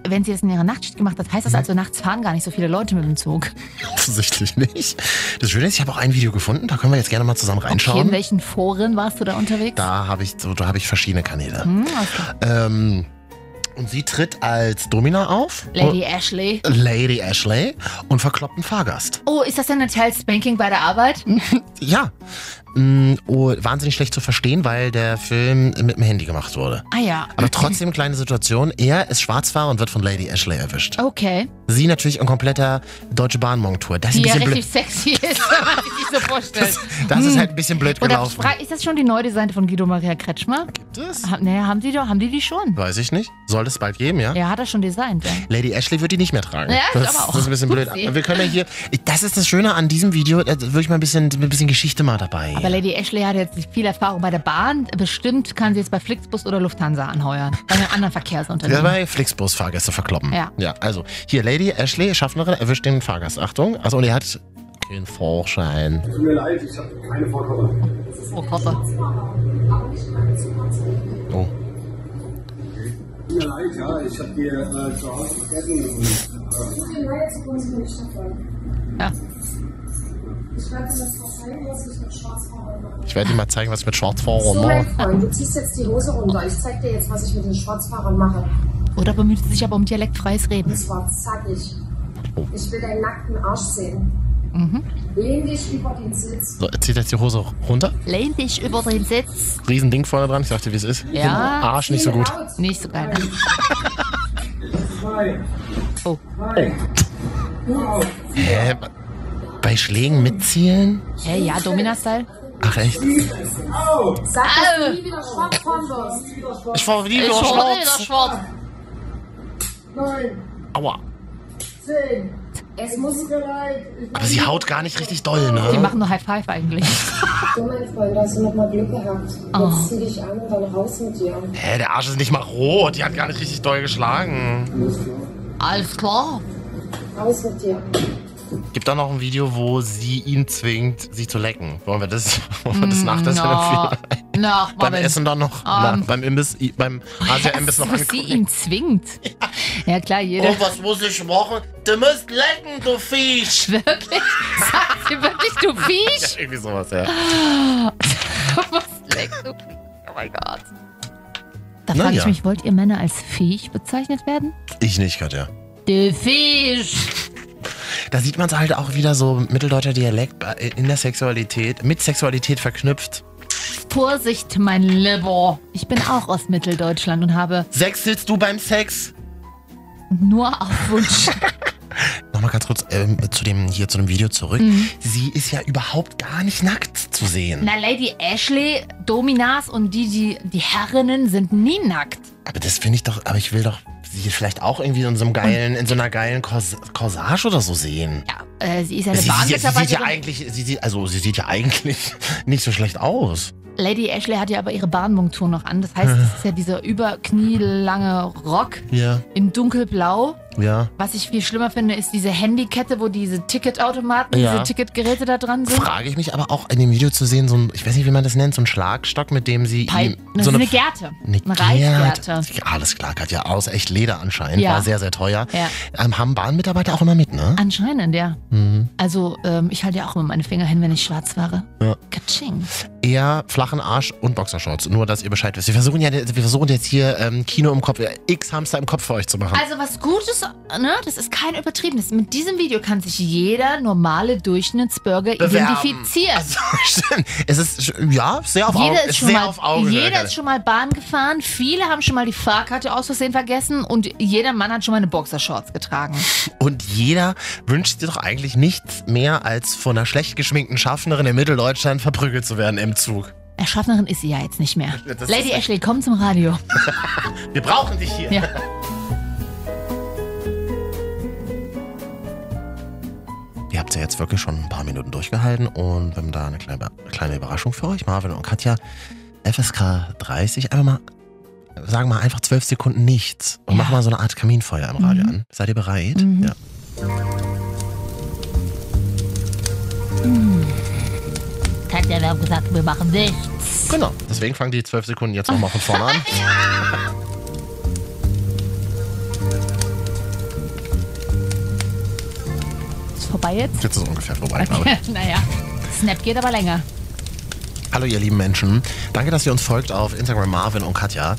S3: Wenn sie das in ihrer Nachtschicht gemacht hat, heißt
S2: Mhm.
S3: das also, nachts fahren gar nicht so viele Leute mit dem Zug.
S2: Offensichtlich nicht. Das Schöne ist, ich habe auch ein Video gefunden, da können wir jetzt gerne mal zusammen
S3: Okay, in
S2: reinschauen.
S3: welchen Foren warst du da unterwegs?
S2: da habe ich, so, da habe ich verschiedene Kanäle.
S3: Hm, okay.
S2: Ähm, und sie tritt als Domina auf.
S3: Lady Ashley.
S2: Und, Lady Ashley und verkloppt einen Fahrgast.
S3: Oh, ist das denn ein Child Spanking bei der Arbeit?
S2: Mhm. Ja. Mm, oh, wahnsinnig schlecht zu verstehen, weil der Film mit dem Handy gemacht wurde.
S3: Ah ja.
S2: Aber trotzdem kleine Situation. Er ist Schwarzfahrer und wird von Lady Ashley erwischt.
S3: Okay.
S2: Sie natürlich ein kompletter Deutsche Bahn-Montur. Das ist ein
S3: Die ja
S2: bisschen
S3: richtig
S2: blöd.
S3: sexy ist, wenn man sich die so vorstellt.
S2: Das ist halt ein bisschen blöd
S3: Oder
S2: gelaufen.
S3: fra- ist das schon die neu designte von Guido Maria Kretschmer?
S2: Das
S3: Ha, naja, haben die doch, haben die die schon?
S2: weiß ich nicht. Soll es bald geben, ja?
S3: Ja, hat er schon designt. Ja.
S2: Lady Ashley wird die nicht mehr tragen.
S3: Ja,
S2: das,
S3: aber auch.
S2: das ist ein bisschen blöd.
S3: Upsi.
S2: Aber Wir können ja hier. Ich- Das ist das Schöne an diesem Video. Da würde ich mal ein bisschen, ein bisschen Geschichte mal dabei.
S3: Aber Lady Ashley hat jetzt nicht viel Erfahrung bei der Bahn. Bestimmt kann sie jetzt bei Flixbus oder Lufthansa anheuern. Bei einem anderen
S2: Ja,
S3: Verkehrsunternehmen.
S2: bei Flixbus-Fahrgäste verkloppen.
S3: Ja.
S2: ja. Also, hier, Lady Ashley, Schaffnerin, erwischt den Fahrgast. Achtung. Also, und er hat keinen Vorschein.
S3: oh, Koffer.
S2: Oh.
S1: Die neue Zukunftsministerin.
S3: Ja.
S1: Ich werde dir das verzeihen, was ich mit Schwarzfahrer mache.
S2: Ich werde dir mal zeigen, was ich mit Schwarzfahrern
S1: So, mein
S2: mache.
S1: Freund, du ziehst jetzt die Hose runter. Ich zeig dir jetzt, was ich mit den Schwarzfahrern mache.
S3: Oder bemüht sie sich aber um dialektfreies Reden.
S2: Oh.
S1: Das war zackig. Ich will deinen nackten Arsch sehen.
S2: Mhm.
S1: Lehn dich über den Sitz.
S2: So, zieht jetzt die Hose runter.
S3: Lehn dich über den Sitz.
S2: Riesending vorne dran. Ich dachte, wie es ist.
S3: Ja.
S2: Arsch nicht so gut.
S3: Nicht so geil. ne? Oh.
S2: Hä? Bei Schlägen mitzielen?
S3: Hey, ja, Domina-Style.
S2: Ach echt?
S1: Sag, dass du nie wieder schwach fahren wirst.
S2: Ich war
S3: Ich
S2: wieder
S3: wollte das
S2: Schwarz.
S3: Schwarz.
S1: Neun,
S2: Aua.
S1: zehn. Es muss bereit.
S2: Aber sie haut gar nicht richtig doll,
S3: Die
S2: ne?
S3: machen nur High Five eigentlich.
S1: So, mein Freund, da hast du nochmal Glück gehabt.
S3: Oh.
S1: Jetzt zieh dich an und dann raus mit dir.
S2: Hä, der Arsch ist nicht mal rot. Die hat gar nicht richtig doll geschlagen.
S3: Alles klar.
S1: Raus mit dir.
S2: Gibt da noch ein Video, wo sie ihn zwingt, sie zu lecken. Wollen wir das, wollen wir das nach der Sendung
S3: Na,
S2: vielleicht-
S3: na,
S2: Beim
S3: Moment.
S2: Essen dann noch? Na,
S3: Ähm.
S2: beim Imbiss, i- beim Asia-Imbiss noch
S3: Was sie
S2: angucken.
S3: ihn zwingt. Ja, klar, jeder.
S2: Oh, was muss ich machen? Du musst lecken, du Fisch!
S3: Wirklich? Sagt sie wirklich, du Viech?
S2: Irgendwie sowas, ja.
S3: Was leckst du? Oh mein Gott. Da
S2: Na
S3: frage ich
S2: ja.
S3: mich, wollt ihr Männer als Viech bezeichnet werden?
S2: Ich nicht, Katja.
S3: Du Viech.
S2: Da sieht man es halt auch wieder so mitteldeutscher Dialekt bei- in der Sexualität, mit Sexualität verknüpft.
S3: Vorsicht, mein Lieber. Ich bin auch aus Mitteldeutschland und habe
S2: Sechselst du beim Sex?
S3: nur auf Wunsch.
S2: Nochmal ganz kurz ähm, zu dem, hier zu dem Video zurück.
S3: Mhm.
S2: Sie ist ja überhaupt gar nicht nackt zu sehen.
S3: Na, Lady Ashley, Dominas und die, die, die Herrinnen sind nie nackt.
S2: Aber das finde ich doch, aber ich will doch sie vielleicht auch irgendwie in so einem geilen, in so einer geilen Cors Corsage oder so sehen.
S3: Ja, äh, sie ist ja eine
S2: Sie, sie, sie sieht ja
S3: Bahnmitarbeiterin.
S2: eigentlich, sie sieht, also sie sieht ja eigentlich nicht so schlecht aus.
S3: Lady Ashley hat ja aber ihre Bahnmunktur noch an. Das heißt, es ist ja dieser überknielange Rock
S2: Ja,
S3: in dunkelblau.
S2: ja.
S3: Was ich viel schlimmer finde, ist diese Handykette, wo diese Ticketautomaten,
S2: Ja.
S3: diese Ticketgeräte da dran sind.
S2: Frage ich mich aber auch in dem Video zu sehen, so ein, ich weiß nicht, wie man das nennt, so ein Schlagstock, mit dem sie
S3: Pei-
S2: ihm-
S3: das
S2: so
S3: ist eine Gerte.
S2: Eine
S3: Eine
S2: Gerte.
S3: Reitgerte.
S2: Ja, Alles klar, Katja, aus echt Leder anscheinend,
S3: Ja.
S2: war sehr, sehr teuer.
S3: Ja.
S2: Ähm, haben Bahnmitarbeiter auch immer mit, ne?
S3: Anscheinend, ja.
S2: Mhm.
S3: Also, ähm, ich halte ja auch immer meine Finger hin, wenn ich schwarz fahre.
S2: Ja.
S3: Katsching.
S2: Eher flachen Arsch und Boxershorts, nur dass ihr Bescheid wisst. Wir versuchen ja, wir versuchen jetzt hier ähm, Kino im Kopf, äh, X-Hamster im Kopf für euch zu machen.
S3: Also was Gutes, ne? Das ist kein Übertriebenes. Mit diesem Video kann sich jeder normale Durchschnittsbürger
S2: Bewerben.
S3: identifieren.
S2: Also, stimmt. Es ist, ja, sehr auf Augen.
S3: jeder
S2: es
S3: ist,
S2: ist
S3: schon
S2: sehr
S3: mal,
S2: auf Augenhöhe,
S3: jeder
S2: Katja.
S3: ist schon mal Bahn gefahren, viele haben schon mal die Fahrkarte aus Versehen vergessen und jeder Mann hat schon mal eine Boxershorts getragen.
S2: Und jeder wünscht sich doch eigentlich nichts mehr, als von einer schlecht geschminkten Schaffnerin in Mitteldeutschland verprügelt zu werden im Zug.
S3: Erschaffnerin ist sie ja jetzt nicht mehr.
S2: Das ist-
S3: Lady Ashley, komm zum Radio.
S2: Wir brauchen dich hier.
S3: Ja.
S2: Ihr habt ja jetzt wirklich schon ein paar Minuten durchgehalten und wir haben da eine kleine, kleine Überraschung für euch. Marvin und Katja, FSK 30, einfach mal, sagen wir mal einfach zwölf Sekunden nichts und
S3: Ja. Mhm.
S2: machen mal so eine Art Kaminfeuer im Radio an. Seid ihr bereit? Ja.
S3: Katja, wir haben gesagt, wir machen nichts.
S2: Genau. Deswegen fangen die zwölf Sekunden jetzt nochmal von vorne an.
S3: Ist vorbei jetzt?
S2: Jetzt ist es ungefähr vorbei, glaube ich.
S3: naja. Snap geht aber länger.
S2: Hallo ihr lieben Menschen. Danke, dass ihr uns folgt auf Instagram Marvin und Katja.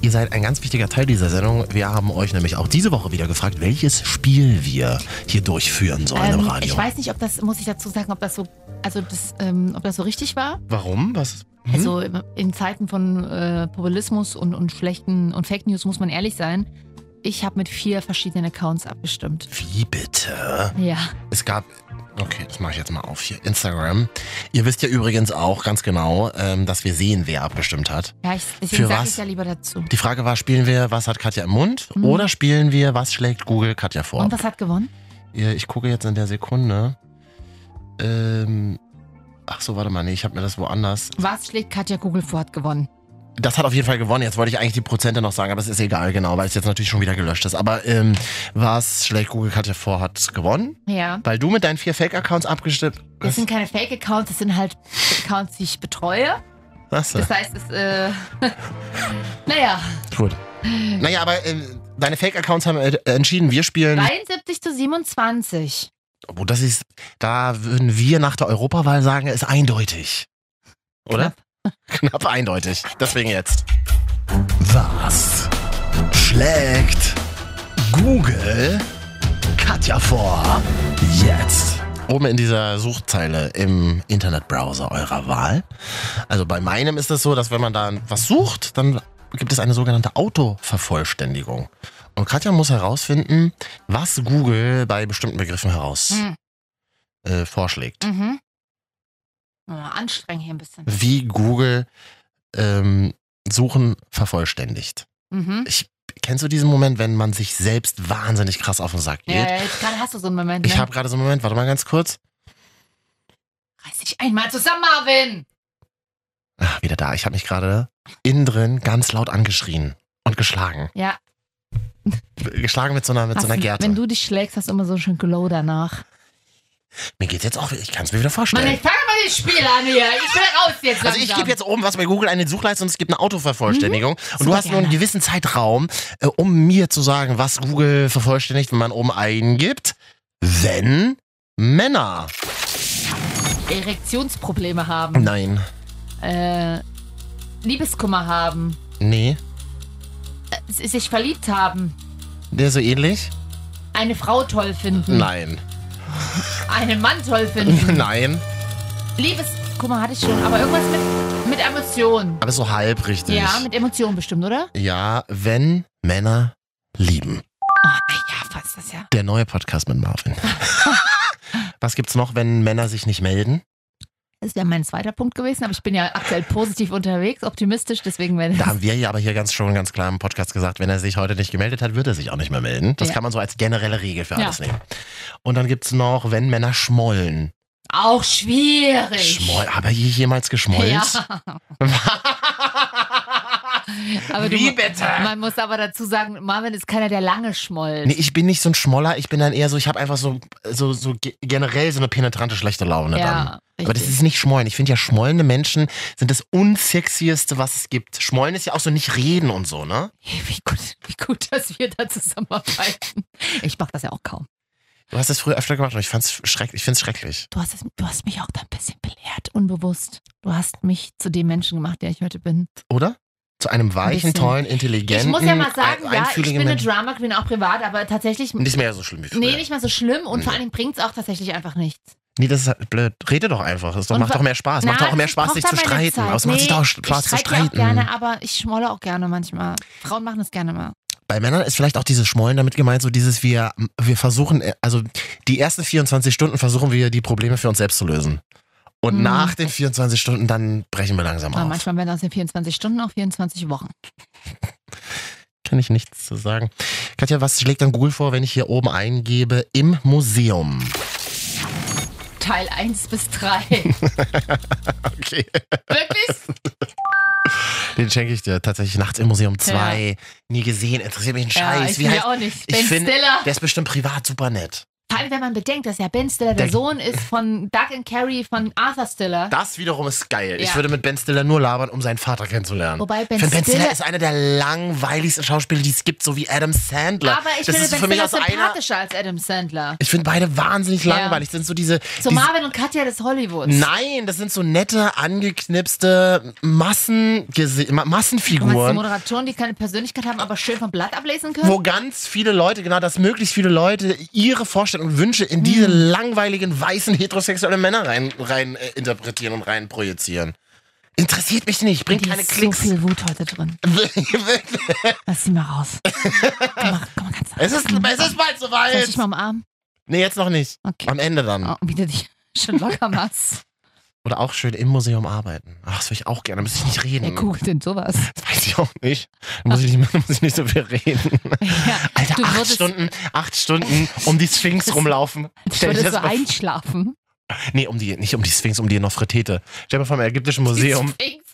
S2: Ihr seid ein ganz wichtiger Teil dieser Sendung. Wir haben euch nämlich auch diese Woche wieder gefragt, welches Spiel wir hier durchführen sollen im
S3: Ähm,
S2: Radio.
S3: ich weiß nicht, ob das, muss ich dazu sagen, ob das so, also das, ähm, ob das so richtig war.
S2: Warum? Was? Hm?
S3: Also im- in Zeiten von äh, Populismus und, und schlechten und Fake News muss man ehrlich sein. Ich habe mit vier verschiedenen Accounts abgestimmt.
S2: Wie bitte?
S3: Ja.
S2: Es gab. Okay, das mache ich jetzt mal auf hier. Instagram. Ihr wisst ja übrigens auch ganz genau, ähm, dass wir sehen, wer abgestimmt hat.
S3: ja ich, deswegen
S2: Für
S3: sage
S2: was?
S3: ich ja lieber dazu.
S2: Die Frage war, spielen wir, was hat Katja im Mund? Oder spielen wir, was schlägt Google Katja vor?
S3: Mhm. Und was hat gewonnen?
S2: Ja, Ich gucke jetzt in der Sekunde. Ähm. Ach so, warte mal, nee, ich habe mir das woanders.
S3: Was schlägt Katja Kugel vor, hat gewonnen.
S2: Das hat auf jeden Fall gewonnen. Jetzt wollte ich eigentlich die Prozente noch sagen, aber es ist egal, genau, weil es jetzt natürlich schon wieder gelöscht ist. Aber ähm, was schlägt Google Katja vor, hat gewonnen,
S3: Ja.
S2: weil du mit deinen vier Fake-Accounts abgestimmt
S3: Das
S2: hast.
S3: sind keine Fake-Accounts, das sind halt Accounts, die ich betreue.
S2: Achso,
S3: Das heißt, es, äh, naja,
S2: gut. Naja, aber ähm, deine Fake-Accounts haben äh, entschieden, wir spielen.
S3: 73 zu 27.
S2: Oh, das ist, da würden wir nach der Europawahl sagen, ist eindeutig. Oder? Knapp eindeutig. Deswegen jetzt. Was schlägt Google Katja vor? Jetzt Oben in dieser Suchzeile im Internetbrowser eurer Wahl. Also bei meinem ist es so, dass wenn man da was sucht, dann gibt es eine sogenannte Autovervollständigung. Und Katja muss herausfinden, was Google bei bestimmten Begriffen heraus
S3: Hm.
S2: äh, vorschlägt.
S3: Mhm. Oh, anstrengend hier ein bisschen.
S2: Wie Google ähm, Suchen vervollständigt.
S3: Mhm.
S2: Kennst du diesen Moment, wenn man sich selbst wahnsinnig krass auf den Sack geht?
S3: Ja, ja, jetzt gerade hast du so einen Moment. Ne?
S2: Ich habe gerade so einen Moment, warte mal ganz kurz.
S3: Reiß dich einmal zusammen, Marvin!
S2: Ach, Ah, wieder da. Ich habe mich gerade innen drin ganz laut angeschrien und geschlagen.
S3: Ja,
S2: Geschlagen mit so einer, mit so
S3: hast
S2: einer
S3: du-
S2: Gerte.
S3: wenn du dich schlägst, hast du immer so einen schönen Glow danach.
S2: Mir geht's jetzt auch, ich kann es mir wieder
S3: Mann,
S2: vorstellen.
S3: jetzt fang mal das Spiel an hier. Ich will raus jetzt langsam. Mhm.
S2: Also ich gebe jetzt oben was bei Google eine Suchleiste und es gibt eine Autovervollständigung. Und du
S3: Super
S2: hast nur einen
S3: gerne.
S2: gewissen Zeitraum, äh, um mir zu sagen, was Google vervollständigt, wenn man oben eingibt. Wenn Männer.
S3: Erektionsprobleme haben.
S2: Nein. Mhm.
S3: Äh, Liebeskummer haben.
S2: Nee.
S3: s- Sich verliebt haben.
S2: Der so ähnlich?
S3: Eine Frau toll finden.
S2: Nein.
S3: Einen Mann toll finden.
S2: Nein.
S3: Liebeskummer hatte ich schon, aber irgendwas mit, mit Emotionen.
S2: Aber so halb richtig.
S3: Ja, mit Emotionen bestimmt, oder?
S2: ja, wenn Männer lieben.
S3: Ah, ja, fast das ja.
S2: Der neue Podcast mit Marvin. Was gibt's noch, wenn Männer sich nicht melden?
S3: Das wäre mein zweiter Punkt gewesen, aber ich bin ja aktuell positiv unterwegs, optimistisch, deswegen werde
S2: Da haben wir ja aber hier ganz schon ganz klar im Podcast gesagt, wenn er sich heute nicht gemeldet hat, wird er sich auch nicht mehr melden. Das
S3: Ja.
S2: kann man so als generelle Regel für
S3: Ja.
S2: alles nehmen. Und dann gibt's noch, wenn Männer schmollen.
S3: Auch schwierig.
S2: Schmoll, aber je jemals geschmollen?
S3: Ja. aber du,
S2: Wie bitte?
S3: Man muss aber dazu sagen, Marvin ist keiner, der lange schmollt.
S2: Nee, ich bin nicht so ein Schmoller, ich bin dann eher so, ich habe einfach so, so, so ge- generell so eine penetrante schlechte Laune dann.
S3: ja,
S2: Aber das ist nicht Schmollen. Ich finde ja, schmollende Menschen sind das unsexieste, was es gibt. Schmollen ist ja auch so nicht reden und so, ne?
S3: richtig. Wie gut, wie gut, dass wir da zusammenarbeiten. Ich mach das ja auch kaum.
S2: Du hast das früher öfter gemacht und ich fand's schrecklich. Ich find's schrecklich.
S3: Du hast, es, du hast mich auch da ein bisschen belehrt, unbewusst. Du hast mich zu dem Menschen gemacht, der ich heute bin.
S2: Oder? Zu einem weichen,
S3: bisschen.
S2: tollen, intelligenten,
S3: Ich muss ja mal
S2: ein-
S3: sagen, ja, ich bin
S2: einfühligen
S3: eine
S2: Menschen.
S3: Drama Queen, auch privat, aber tatsächlich.
S2: Nicht mehr so schlimm wie früher.
S3: Nee, nicht mal so schlimm und vor allem bringt's auch tatsächlich einfach nichts.
S2: Nee, das ist halt blöd. Rede doch einfach. Es doch,
S3: Und
S2: macht
S3: wa-
S2: doch mehr Spaß. Also macht doch auch mehr
S3: das
S2: Spaß,
S3: braucht
S2: sich
S3: ja
S2: zu
S3: meine
S2: streiten.
S3: Zeit.
S2: Aber es macht sich
S3: Nee,
S2: doch auch Spaß
S3: ich
S2: zu
S3: streite ja
S2: streiten.
S3: auch gerne, aber ich schmolle auch gerne manchmal. Frauen machen das gerne mal.
S2: Bei Männern ist vielleicht auch dieses Schmollen damit gemeint, so dieses, wir, wir versuchen, also die ersten 24 Stunden versuchen wir, die Probleme für uns selbst zu lösen. Und
S3: Mhm.
S2: nach den 24 Stunden, dann brechen wir langsam
S3: Aber
S2: auf.
S3: manchmal werden aus den 24 Stunden auch 24 Wochen.
S2: Kann ich nichts zu sagen. Katja, was schlägt dann Google vor, wenn ich hier oben eingebe, im Museum?
S3: Teil 1 bis 3.
S2: Okay.
S3: Wirklich?
S2: Den schenke ich dir tatsächlich nachts im Museum 2. Nie gesehen, interessiert mich ein Scheiß.
S3: Ja, ich
S2: Wie
S3: will
S2: heißt-
S3: ja auch nicht.
S2: ich
S3: Ben
S2: finde-
S3: Stiller.
S2: Der ist bestimmt privat super nett.
S3: Vor allem, wenn man bedenkt, dass ja Ben Stiller der,
S2: Der-
S3: Sohn ist von Doug and Carrie von Arthur Stiller.
S2: Das wiederum ist geil. Ich
S3: Ja.
S2: würde mit Ben Stiller nur labern, um seinen Vater kennenzulernen.
S3: Wobei Ben
S2: ich finde, Ben Stiller,
S3: Stiller-
S2: ist einer der langweiligsten Schauspieler, die es gibt, so wie Adam Sandler.
S3: aber ich
S2: das
S3: finde
S2: ist
S3: Ben
S2: für mich
S3: Stiller
S2: aus einer.
S3: sympathischer als Adam Sandler.
S2: Ich finde beide wahnsinnig
S3: Ja.
S2: langweilig. Das sind so diese.
S3: So
S2: diese
S3: Marvin und Katja des Hollywoods.
S2: Nein, das sind so nette, angeknipste Massen,
S3: Du meinst die
S2: Massenfiguren.
S3: Moderatoren, die keine Persönlichkeit haben, aber schön vom Blatt ablesen können?
S2: wo ganz viele Leute, genau, dass möglichst viele Leute ihre Vorstellungen und Wünsche in diese
S3: Mhm.
S2: langweiligen, weißen, heterosexuellen Männer rein, rein äh, interpretieren und rein projizieren. Interessiert mich nicht, bringt
S3: Die
S2: keine
S3: ist
S2: Klicks.
S3: so viel Wut heute drin. Lass sie mal raus. Komm mal, komm mal ganz nah.
S2: es, ist, es ist bald
S3: Soll ich dich
S2: soweit.
S3: mal umarmen?
S2: Nee, jetzt noch nicht.
S3: Okay.
S2: Am Ende dann.
S3: Oh, wie du dich schon locker machst.
S2: Oder auch schön im Museum arbeiten. Ach, das will ich auch gerne, da muss ich nicht
S3: Wer
S2: reden.
S3: googelt denn sowas?
S2: Das weiß ich auch nicht. Da muss ich nicht, muss ich nicht so viel reden.
S3: Ja,
S2: Alter,
S3: du
S2: acht
S3: würdest,
S2: Stunden, acht Stunden um die Sphinx rumlaufen.
S3: Du
S2: Stell dir
S3: würdest
S2: das
S3: so
S2: mal
S3: einschlafen.
S2: Nee, um die, nicht um die Sphinx, um die Nofretete. Stell dir mal vor, im Ägyptischen Museum.
S3: Sphinx.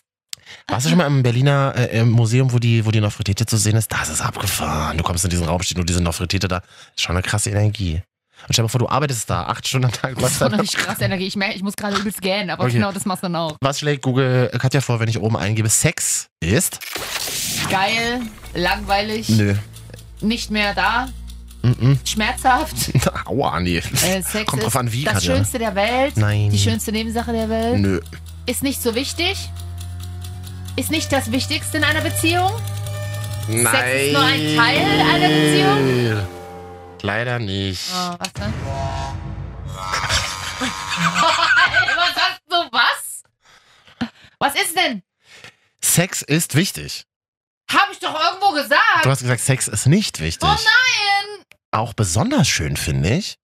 S2: Warst du schon mal im Berliner äh, im Museum, wo die, wo die Nofretete zu sehen ist? Das ist abgefahren. Du kommst in diesen Raum, steht nur diese Nofretete da. Ist schon eine krasse Energie. Und stell dir mal vor, du arbeitest da acht Stunden am Tag.
S3: Das
S2: Was,
S3: ist doch noch nicht krass Energie. Ich, merke, ich muss gerade übelst gähnen, aber
S2: Okay.
S3: genau das machst du dann auch.
S2: was schlägt Google äh, Katja vor, wenn ich oben eingebe, Sex ist?
S3: Geil, langweilig,
S2: Nö.
S3: nicht mehr da,
S2: Mm
S3: schmerzhaft.
S2: -mm. Aua, nee.
S3: Äh, Sex
S2: Kommt
S3: ist
S2: drauf an, wie,
S3: das
S2: Katja.
S3: Schönste der Welt,
S2: Nein.
S3: die schönste Nebensache der Welt.
S2: Nö.
S3: ist nicht so wichtig? Ist nicht das Wichtigste in einer Beziehung?
S2: Nein.
S3: ist nur ein Teil einer Beziehung? Ah.
S2: Leider nicht.
S3: Oh, was denn? was sagst du, was? Was ist denn?
S2: Sex ist wichtig.
S3: Hab ich doch irgendwo
S2: Du
S3: gesagt.
S2: hast gesagt, Sex ist nicht
S3: Oh
S2: wichtig.
S3: nein!
S2: Auch besonders schön finde ich,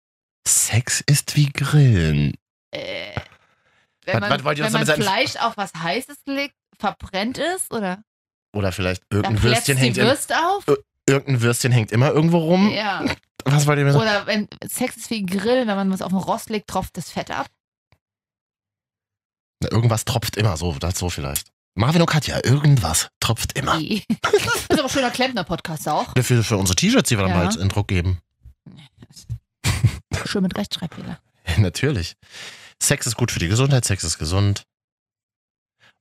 S2: Sex ist wie Grillen.
S3: Äh,
S2: Was-
S3: wenn man,
S2: was wollt ihr uns
S3: wenn man
S2: damit sagen?
S3: Fleisch auf was Heißes legt, verbrennt es oder
S2: Oder vielleicht
S3: dann
S2: irgendein
S3: fletzt
S2: Würstchen
S3: die
S2: hängt im,
S3: Würst auf?
S2: irgendein Würstchen hängt immer irgendwo rum.
S3: Ja.
S2: Was wollt ihr mir sagen?
S3: Oder wenn Sex ist wie Grill, wenn man was auf den Rost legt, tropft das Fett ab.
S2: Na, Irgendwas tropft immer, so, das so vielleicht. Marvin und Katja, irgendwas tropft immer.
S3: I. das ist aber ein schöner Klempner-Podcast auch.
S2: Für, für unsere T-Shirts, die wir dann
S3: Ja.
S2: bald in Druck geben.
S3: Schön mit Rechtschreibfehler.
S2: Natürlich. Sex ist gut für die Gesundheit, Sex ist gesund.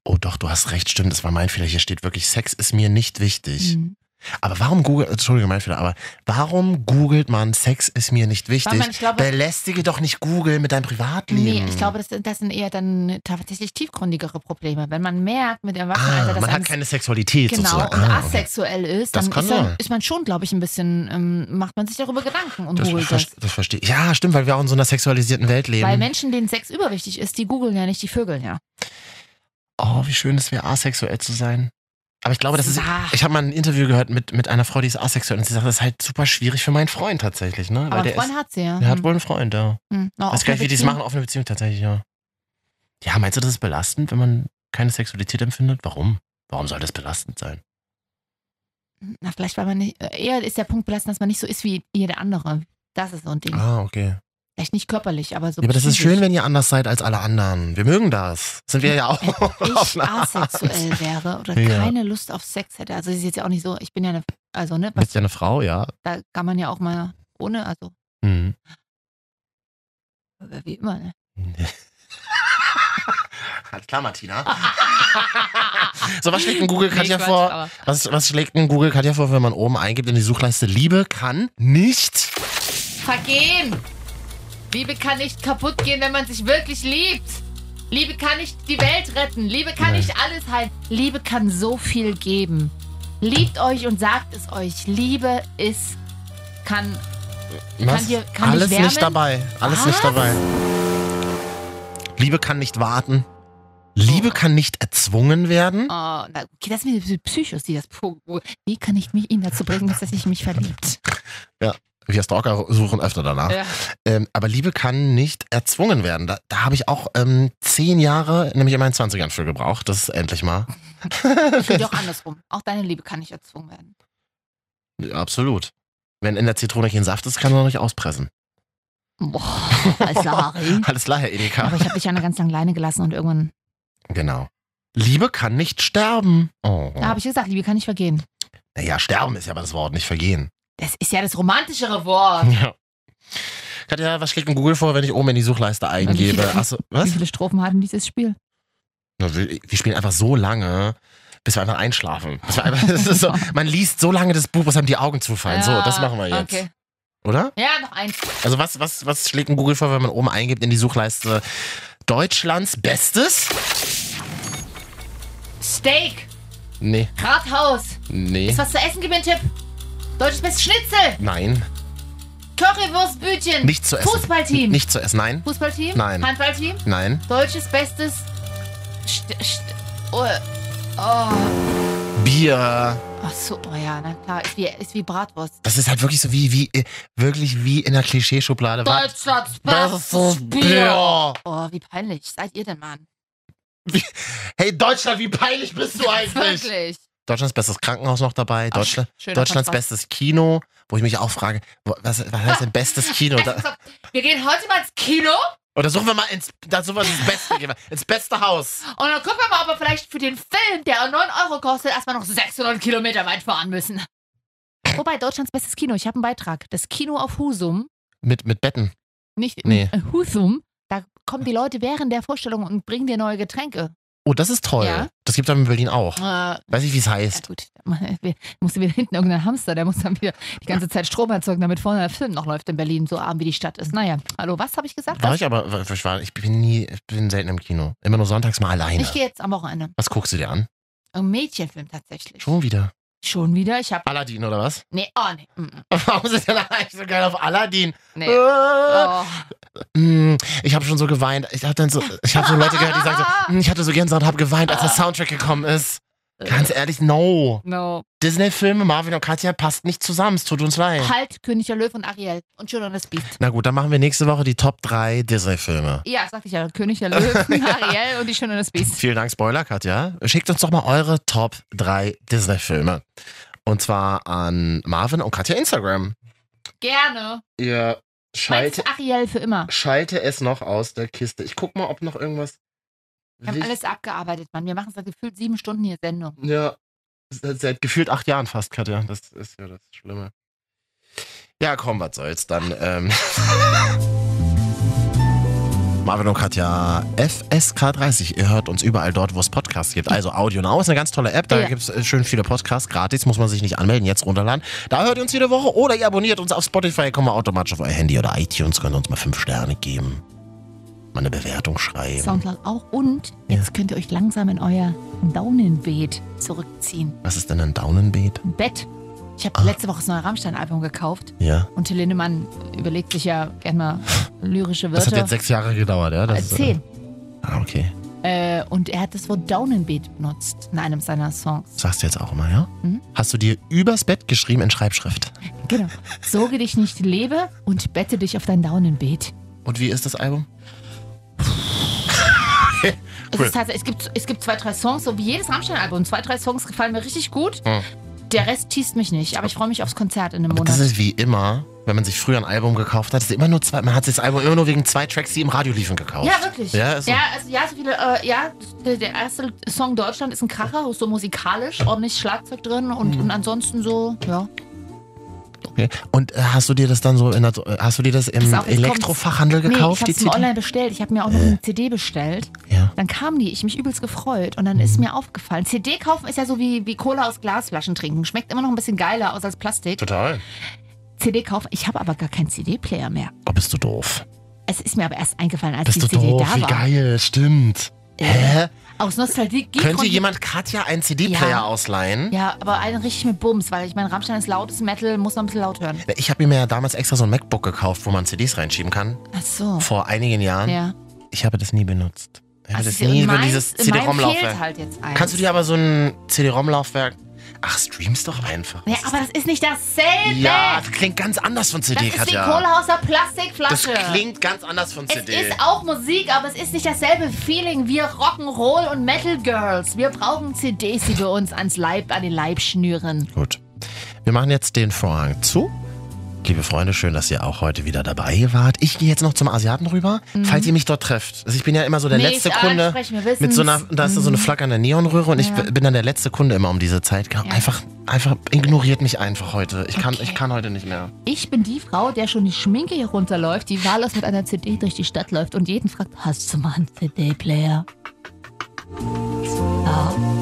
S2: Oh doch, du hast recht, stimmt, das war mein Fehler. Hier steht wirklich, Sex ist mir nicht wichtig.
S3: Mhm.
S2: Aber warum googelt, Entschuldigung, mein Fehler, aber warum googelt man, Sex ist mir nicht
S3: Weil
S2: wichtig?
S3: man, ich glaube,
S2: Belästige doch nicht Google mit deinem Privatleben.
S3: nee, ich glaube, das, das sind eher dann tatsächlich tiefgründigere Probleme. Wenn man merkt mit dem Erwachsenenalter,
S2: ah,
S3: dass
S2: man
S3: einem
S2: hat keine Sexualität
S3: genau
S2: sozusagen.
S3: und
S2: Ah, okay.
S3: asexuell ist,
S2: Das
S3: dann
S2: kann
S3: ist, dann,
S2: sein.
S3: ist man schon, glaube ich, ein bisschen, ähm, macht man sich darüber Gedanken und
S2: Das,
S3: googelt
S2: ver
S3: das.
S2: das verstehe ich. Ja, stimmt, weil wir auch in so einer sexualisierten Welt leben.
S3: Weil Menschen, denen Sex überwichtig ist, die googeln ja nicht, die vögeln ja.
S2: oh, wie schön es wäre, asexuell zu sein. Aber ich glaube, das ist.
S3: Ah.
S2: Ich habe mal ein Interview gehört mit, mit einer Frau, die ist asexuell und sie sagt, das ist halt super schwierig für meinen Freund tatsächlich, ne? Weil
S3: Aber einen
S2: der,
S3: Freund
S2: ist,
S3: hat Mhm. sie ja.
S2: der hat wohl einen Freund, ja.
S3: Hm. Na,
S2: Weiß
S3: offene
S2: gar nicht, wie die es
S3: Beziehung.
S2: machen, offene Beziehung tatsächlich, ja. Ja, meinst du, das ist belastend, wenn man keine Sexualität empfindet? Warum? Warum soll das belastend sein?
S3: Na, vielleicht, weil man nicht, äh, eher ist der Punkt belastend, dass man nicht so ist wie jeder andere. Das ist so ein Ding.
S2: Ah, okay.
S3: Vielleicht nicht körperlich, aber Mhm. so.
S2: Ja, aber das ist
S3: psychisch.
S2: schön, wenn ihr anders seid als alle anderen. Wir mögen das. Sind wir ja auch.
S3: Wenn
S2: auf
S3: ich
S2: eine Art.
S3: asexuell wäre oder
S2: Ja.
S3: keine Lust auf Sex hätte. Also, es ist jetzt ja auch nicht so, ich bin ja eine, also, ne, was,
S2: Bist ja eine Frau, ja.
S3: da kann man ja auch mal ohne, also,
S2: Hm.
S3: wie immer, ne?
S2: Alles klar, Martina. so, was schlägt denn Google Katja
S3: Nee, Quatsch,
S2: vor?
S3: aber-
S2: Was, was schlägt denn Google Katja vor, wenn man oben eingibt in die Suchleiste Liebe kann nicht?
S3: Vergehen! Liebe kann nicht kaputt gehen, wenn man sich wirklich liebt. Liebe kann nicht die Welt retten. Liebe kann
S2: Nein.
S3: nicht alles heilen. Liebe kann so viel geben. Liebt euch und sagt es euch. Liebe ist, kann
S2: Was?
S3: dir- kann
S2: Alles
S3: dich wärmen?
S2: nicht dabei. Alles nicht
S3: Was?
S2: dabei. Liebe kann nicht warten. Liebe kann nicht erzwungen werden.
S3: Oh, na, okay, das sind die Psychos, die das. po- wo- Wie kann ich mich ihn dazu bringen, dass er sich in mich verliebt?
S2: Wir Stalker suchen öfter danach.
S3: Ja.
S2: Ähm, aber Liebe kann nicht erzwungen werden. Da, da habe ich auch ähm, zehn Jahre, nämlich in meinen 20ern für gebraucht. Das ist endlich mal.
S3: Das geht ja auch andersrum. Auch deine Liebe kann nicht erzwungen werden.
S2: Absolut. Wenn in der Zitrone kein Saft ist, kann man noch nicht auspressen.
S3: Boah, als Harry.
S2: Alles klar, Herr Edeka.
S3: Aber ich habe dich ja eine ganz lange Leine gelassen und irgendwann.
S2: Genau. Liebe kann nicht sterben. Oh.
S3: Da habe ich gesagt, Liebe kann nicht vergehen.
S2: Naja, sterben ist ja aber das Wort, nicht vergehen.
S3: Das ist ja das romantischere Wort.
S2: Ja. Katja, was schlägt denn Google vor, wenn ich oben in die Suchleiste eingebe?
S3: viele-
S2: Achso,
S3: Wie
S2: was?
S3: viele Strophen hatten dieses Spiel?
S2: Na, Wir wir spielen einfach so lange, bis wir einfach einschlafen. Bis wir einfach, das ist so, man liest so lange das Buch, bis einem die Augen zufallen. So,
S3: Ja,
S2: das machen wir jetzt.
S3: Ah, Okay.
S2: Oder?
S3: Ja, noch eins.
S2: Also was, was, was schlägt denn Google vor, wenn man oben eingibt in die Suchleiste Deutschlands Bestes?
S3: Steak,
S2: Nee,
S3: Rathaus.
S2: nee.
S3: Ist was zu essen? Gib mir einen Tipp. Deutsches Best Schnitzel,
S2: Nein,
S3: Currywurstbütchen.
S2: nicht zu essen.
S3: Fußballteam.
S2: Nicht zu essen, nein,
S3: Fußballteam?
S2: Nein.
S3: Handballteam?
S2: nein.
S3: Deutsches Bestes. St st oh, oh.
S2: Bier.
S3: Ach so, oh ja, na klar, ist wie, ist wie Bratwurst.
S2: Das ist halt wirklich so wie, wie, äh, wirklich wie in der Klischeeschublade. Was-
S3: Deutschlands
S2: Bestes
S3: bestes Bier. Oh, wie peinlich. Seid ihr denn, Mann?
S2: Hey Deutschland, wie peinlich bist du eigentlich?
S3: Wirklich.
S2: Deutschlands bestes Krankenhaus noch dabei. Deutschland,
S3: schöner
S2: Deutschlands
S3: Kontrast.
S2: bestes Kino, wo ich mich auch frage, wo- was, was heißt denn bestes Kino? Da,
S3: Wir gehen heute mal ins Kino
S2: oder suchen wir mal ins, da suchen wir ins Beste, gehen wir ins beste Haus.
S3: und dann gucken wir mal, ob wir vielleicht für den Film, der 9 Euro kostet, erstmal noch 600 Kilometer weit fahren müssen. Wobei, Deutschlands bestes Kino, ich habe einen Beitrag. Das Kino auf Husum,
S2: Mit, mit Betten.
S3: nicht
S2: Nee.
S3: äh, Husum, da kommen die Leute während der Vorstellung und bringen dir neue Getränke.
S2: Oh, das ist toll.
S3: Ja.
S2: Das gibt es in Berlin auch.
S3: Äh,
S2: Weiß ich, wie es
S3: ja
S2: heißt.
S3: gut, wir- musste wieder hinten irgendein Hamster, der muss dann wieder die ganze Zeit Strom erzeugen, damit vorne der Film noch läuft in Berlin, so arm wie die Stadt ist. Naja, hallo, was habe ich gesagt?
S2: War ich aber, war- ich, war, ich bin nie, ich bin selten im Kino. Immer nur sonntags mal alleine.
S3: Ich gehe jetzt am Wochenende.
S2: Was guckst du dir an?
S3: Ein Mädchenfilm tatsächlich.
S2: Schon wieder.
S3: Schon wieder? Ich hab.
S2: Aladdin oder was?
S3: Nee, oh nee. mm, mm,
S2: Warum sind denn eigentlich so geil auf Aladdin?
S3: nee.
S2: Äh,
S3: Oh.
S2: mm, Ich habe schon so geweint. Ich habe dann so, ich habe so Leute gehört, die sagten, so, mm, ich hatte so Gänsehaut, habe geweint, als der Soundtrack gekommen ist. Ganz ehrlich, no.
S3: No.
S2: Disney-Filme, Marvin und Katja passt nicht zusammen. Es tut uns leid.
S3: Halt, König der Löwen und Ariel und Schön und das Biest.
S2: Na gut, dann machen wir nächste Woche die Top 3 Disney-Filme.
S3: Ja, sagte ich ja. König der Löwen, Ariel und die Schön und das Biest.
S2: Vielen Dank, Spoiler, Katja. Schickt uns doch mal eure Top 3 Disney-Filme. Und zwar an Marvin und Katja Instagram.
S3: Gerne.
S2: Ihr
S3: Meinst
S2: schalte,
S3: Ariel für immer.
S2: schalte es noch aus der Kiste. Ich guck mal, ob noch irgendwas.
S3: Wir haben
S2: wichtig-
S3: alles abgearbeitet, Mann. Wir machen seit gefühlt sieben Stunden hier Sendung.
S2: Ja, seit, seit gefühlt acht Jahren fast, Katja. Das ist ja das Schlimme. Ja, komm, was soll's dann. Ähm. Marvin und Katja, FSK30. Ihr hört uns überall dort, wo es Podcasts gibt. Also Audio Now ist eine ganz tolle App. Da
S3: Ja.
S2: gibt's äh, schön viele Podcasts. Gratis muss man sich nicht anmelden. Jetzt runterladen. Da hört ihr uns jede Woche. Oder ihr abonniert uns auf Spotify. Kommen wir automatisch auf euer Handy oder iTunes. Könnt ihr uns mal fünf Sterne geben. Mal eine Bewertung schreiben.
S3: Soundcloud auch. Und jetzt könnt ihr euch langsam in euer Daunenbeet zurückziehen.
S2: Was ist denn ein Daunenbeet?
S3: Ein Bett. Ich
S2: Ah.
S3: habe letzte Woche das neue Rammstein-Album gekauft.
S2: Ja.
S3: Und Till Lindemann überlegt sich ja gerne mal lyrische
S2: Das hat
S3: Wörter.
S2: jetzt sechs Jahre gedauert, ja?
S3: Äh,
S2: Das ist, äh,
S3: Zehn.
S2: Ah, okay.
S3: Äh, und er hat das Wort Daunenbeet benutzt in einem seiner Songs.
S2: Sagst du jetzt auch immer, ja?
S3: Mhm.
S2: Hast du dir übers Bett geschrieben in Schreibschrift?
S3: Genau. Sorge dich nicht, lebe und bette dich auf dein Daunenbeet.
S2: Und wie ist das Album?
S3: Es,
S2: Cool.
S3: ist tatsächlich, es, gibt, es gibt zwei, drei Songs, so wie jedes Rammstein-Album. Zwei, drei Songs gefallen mir richtig gut.
S2: Hm.
S3: Der Rest teast mich nicht, aber ich freue mich aufs Konzert in einem
S2: Aber das
S3: Monat.
S2: ist wie immer, wenn man sich früher ein Album gekauft hat, ist immer nur zwei, man hat sich das Album immer nur wegen zwei Tracks, die im Radio liefen, gekauft.
S3: Ja, wirklich.
S2: Ja, ist so.
S3: ja, also, ja, so viele, äh, ja der, der erste Song Deutschland ist ein Kracher, ist so musikalisch, ordentlich Schlagzeug drin und,
S2: Mhm.
S3: und ansonsten so, ja.
S2: Okay. Und äh, hast du dir das dann so in der, hast du dir das im
S3: Pass auf, jetzt
S2: Elektrofachhandel
S3: Nee, ich
S2: gekauft,
S3: habe es mir online bestellt. Ich habe mir auch noch eine CD bestellt.
S2: Ja. Mhm.
S3: Dann kam die, ich mich übelst gefreut und dann ist mir aufgefallen, CD kaufen ist ja so wie, wie Cola aus Glasflaschen trinken. Schmeckt immer noch ein bisschen geiler aus als Plastik.
S2: Total.
S3: CD kaufen, ich habe aber gar keinen CD-Player mehr.
S2: Oh, bist du doof.
S3: Es ist mir aber erst eingefallen, als
S2: Bist du
S3: die CD
S2: doof,
S3: da
S2: wie
S3: war.
S2: geil, stimmt. Hä?
S3: Aus Nostalgie
S2: Könnte
S3: konnte-
S2: jemand Katja einen CD-Player
S3: Ja.
S2: ausleihen?
S3: Ja, aber einen richtig mit Bums, weil ich meine, Rammstein ist lautes Metal, muss man ein bisschen laut hören.
S2: Ich habe mir ja damals extra so ein MacBook gekauft, wo man CDs reinschieben kann.
S3: Ach so.
S2: Vor einigen Jahren.
S3: Ja.
S2: Ich habe das nie benutzt. Ich habe
S3: Also
S2: das nie über
S3: meins-
S2: dieses
S3: in meinem fehlt
S2: CD-ROM-Laufwerk.
S3: halt jetzt eins.
S2: Kannst du dir aber so ein CD-ROM-Laufwerk. Ach, stream's doch einfach.
S3: Ja,
S2: Das
S3: aber das ist nicht dasselbe.
S2: ist- ja, das klingt ganz anders von
S3: das
S2: CD,
S3: ist wie
S2: Katja.
S3: Cola aus der
S2: Das
S3: Plastikflasche.
S2: klingt ganz anders von
S3: Es
S2: CD.
S3: ist auch Musik, aber es ist nicht dasselbe Feeling. Wir Rock'n'Roll und Metal Girls. Wir brauchen CDs, die wir uns ans Leib, an den Leib schnüren.
S2: Gut. Wir machen jetzt den Vorhang zu. Liebe Freunde, schön, dass ihr auch heute wieder dabei wart. Ich gehe jetzt noch zum Asiaten rüber, falls ihr mich dort trefft. Also ich bin ja immer so der
S3: Mhm. Nicht
S2: letzte Kunde.
S3: ansprechen, wir wissen's. Mhm.
S2: Mit so einer, da ist so eine flackernde Neonröhre und ich
S3: Ja.
S2: bin dann der letzte Kunde immer um diese Zeit.
S3: Ja.
S2: Einfach, einfach ignoriert mich einfach heute. Ich kann,
S3: Okay.
S2: ich kann heute nicht mehr.
S3: Ich bin die Frau, der schon die Schminke hier runterläuft, die wahllos mit einer CD durch die Stadt läuft und jeden fragt, hast du mal einen CD-Player? Ja.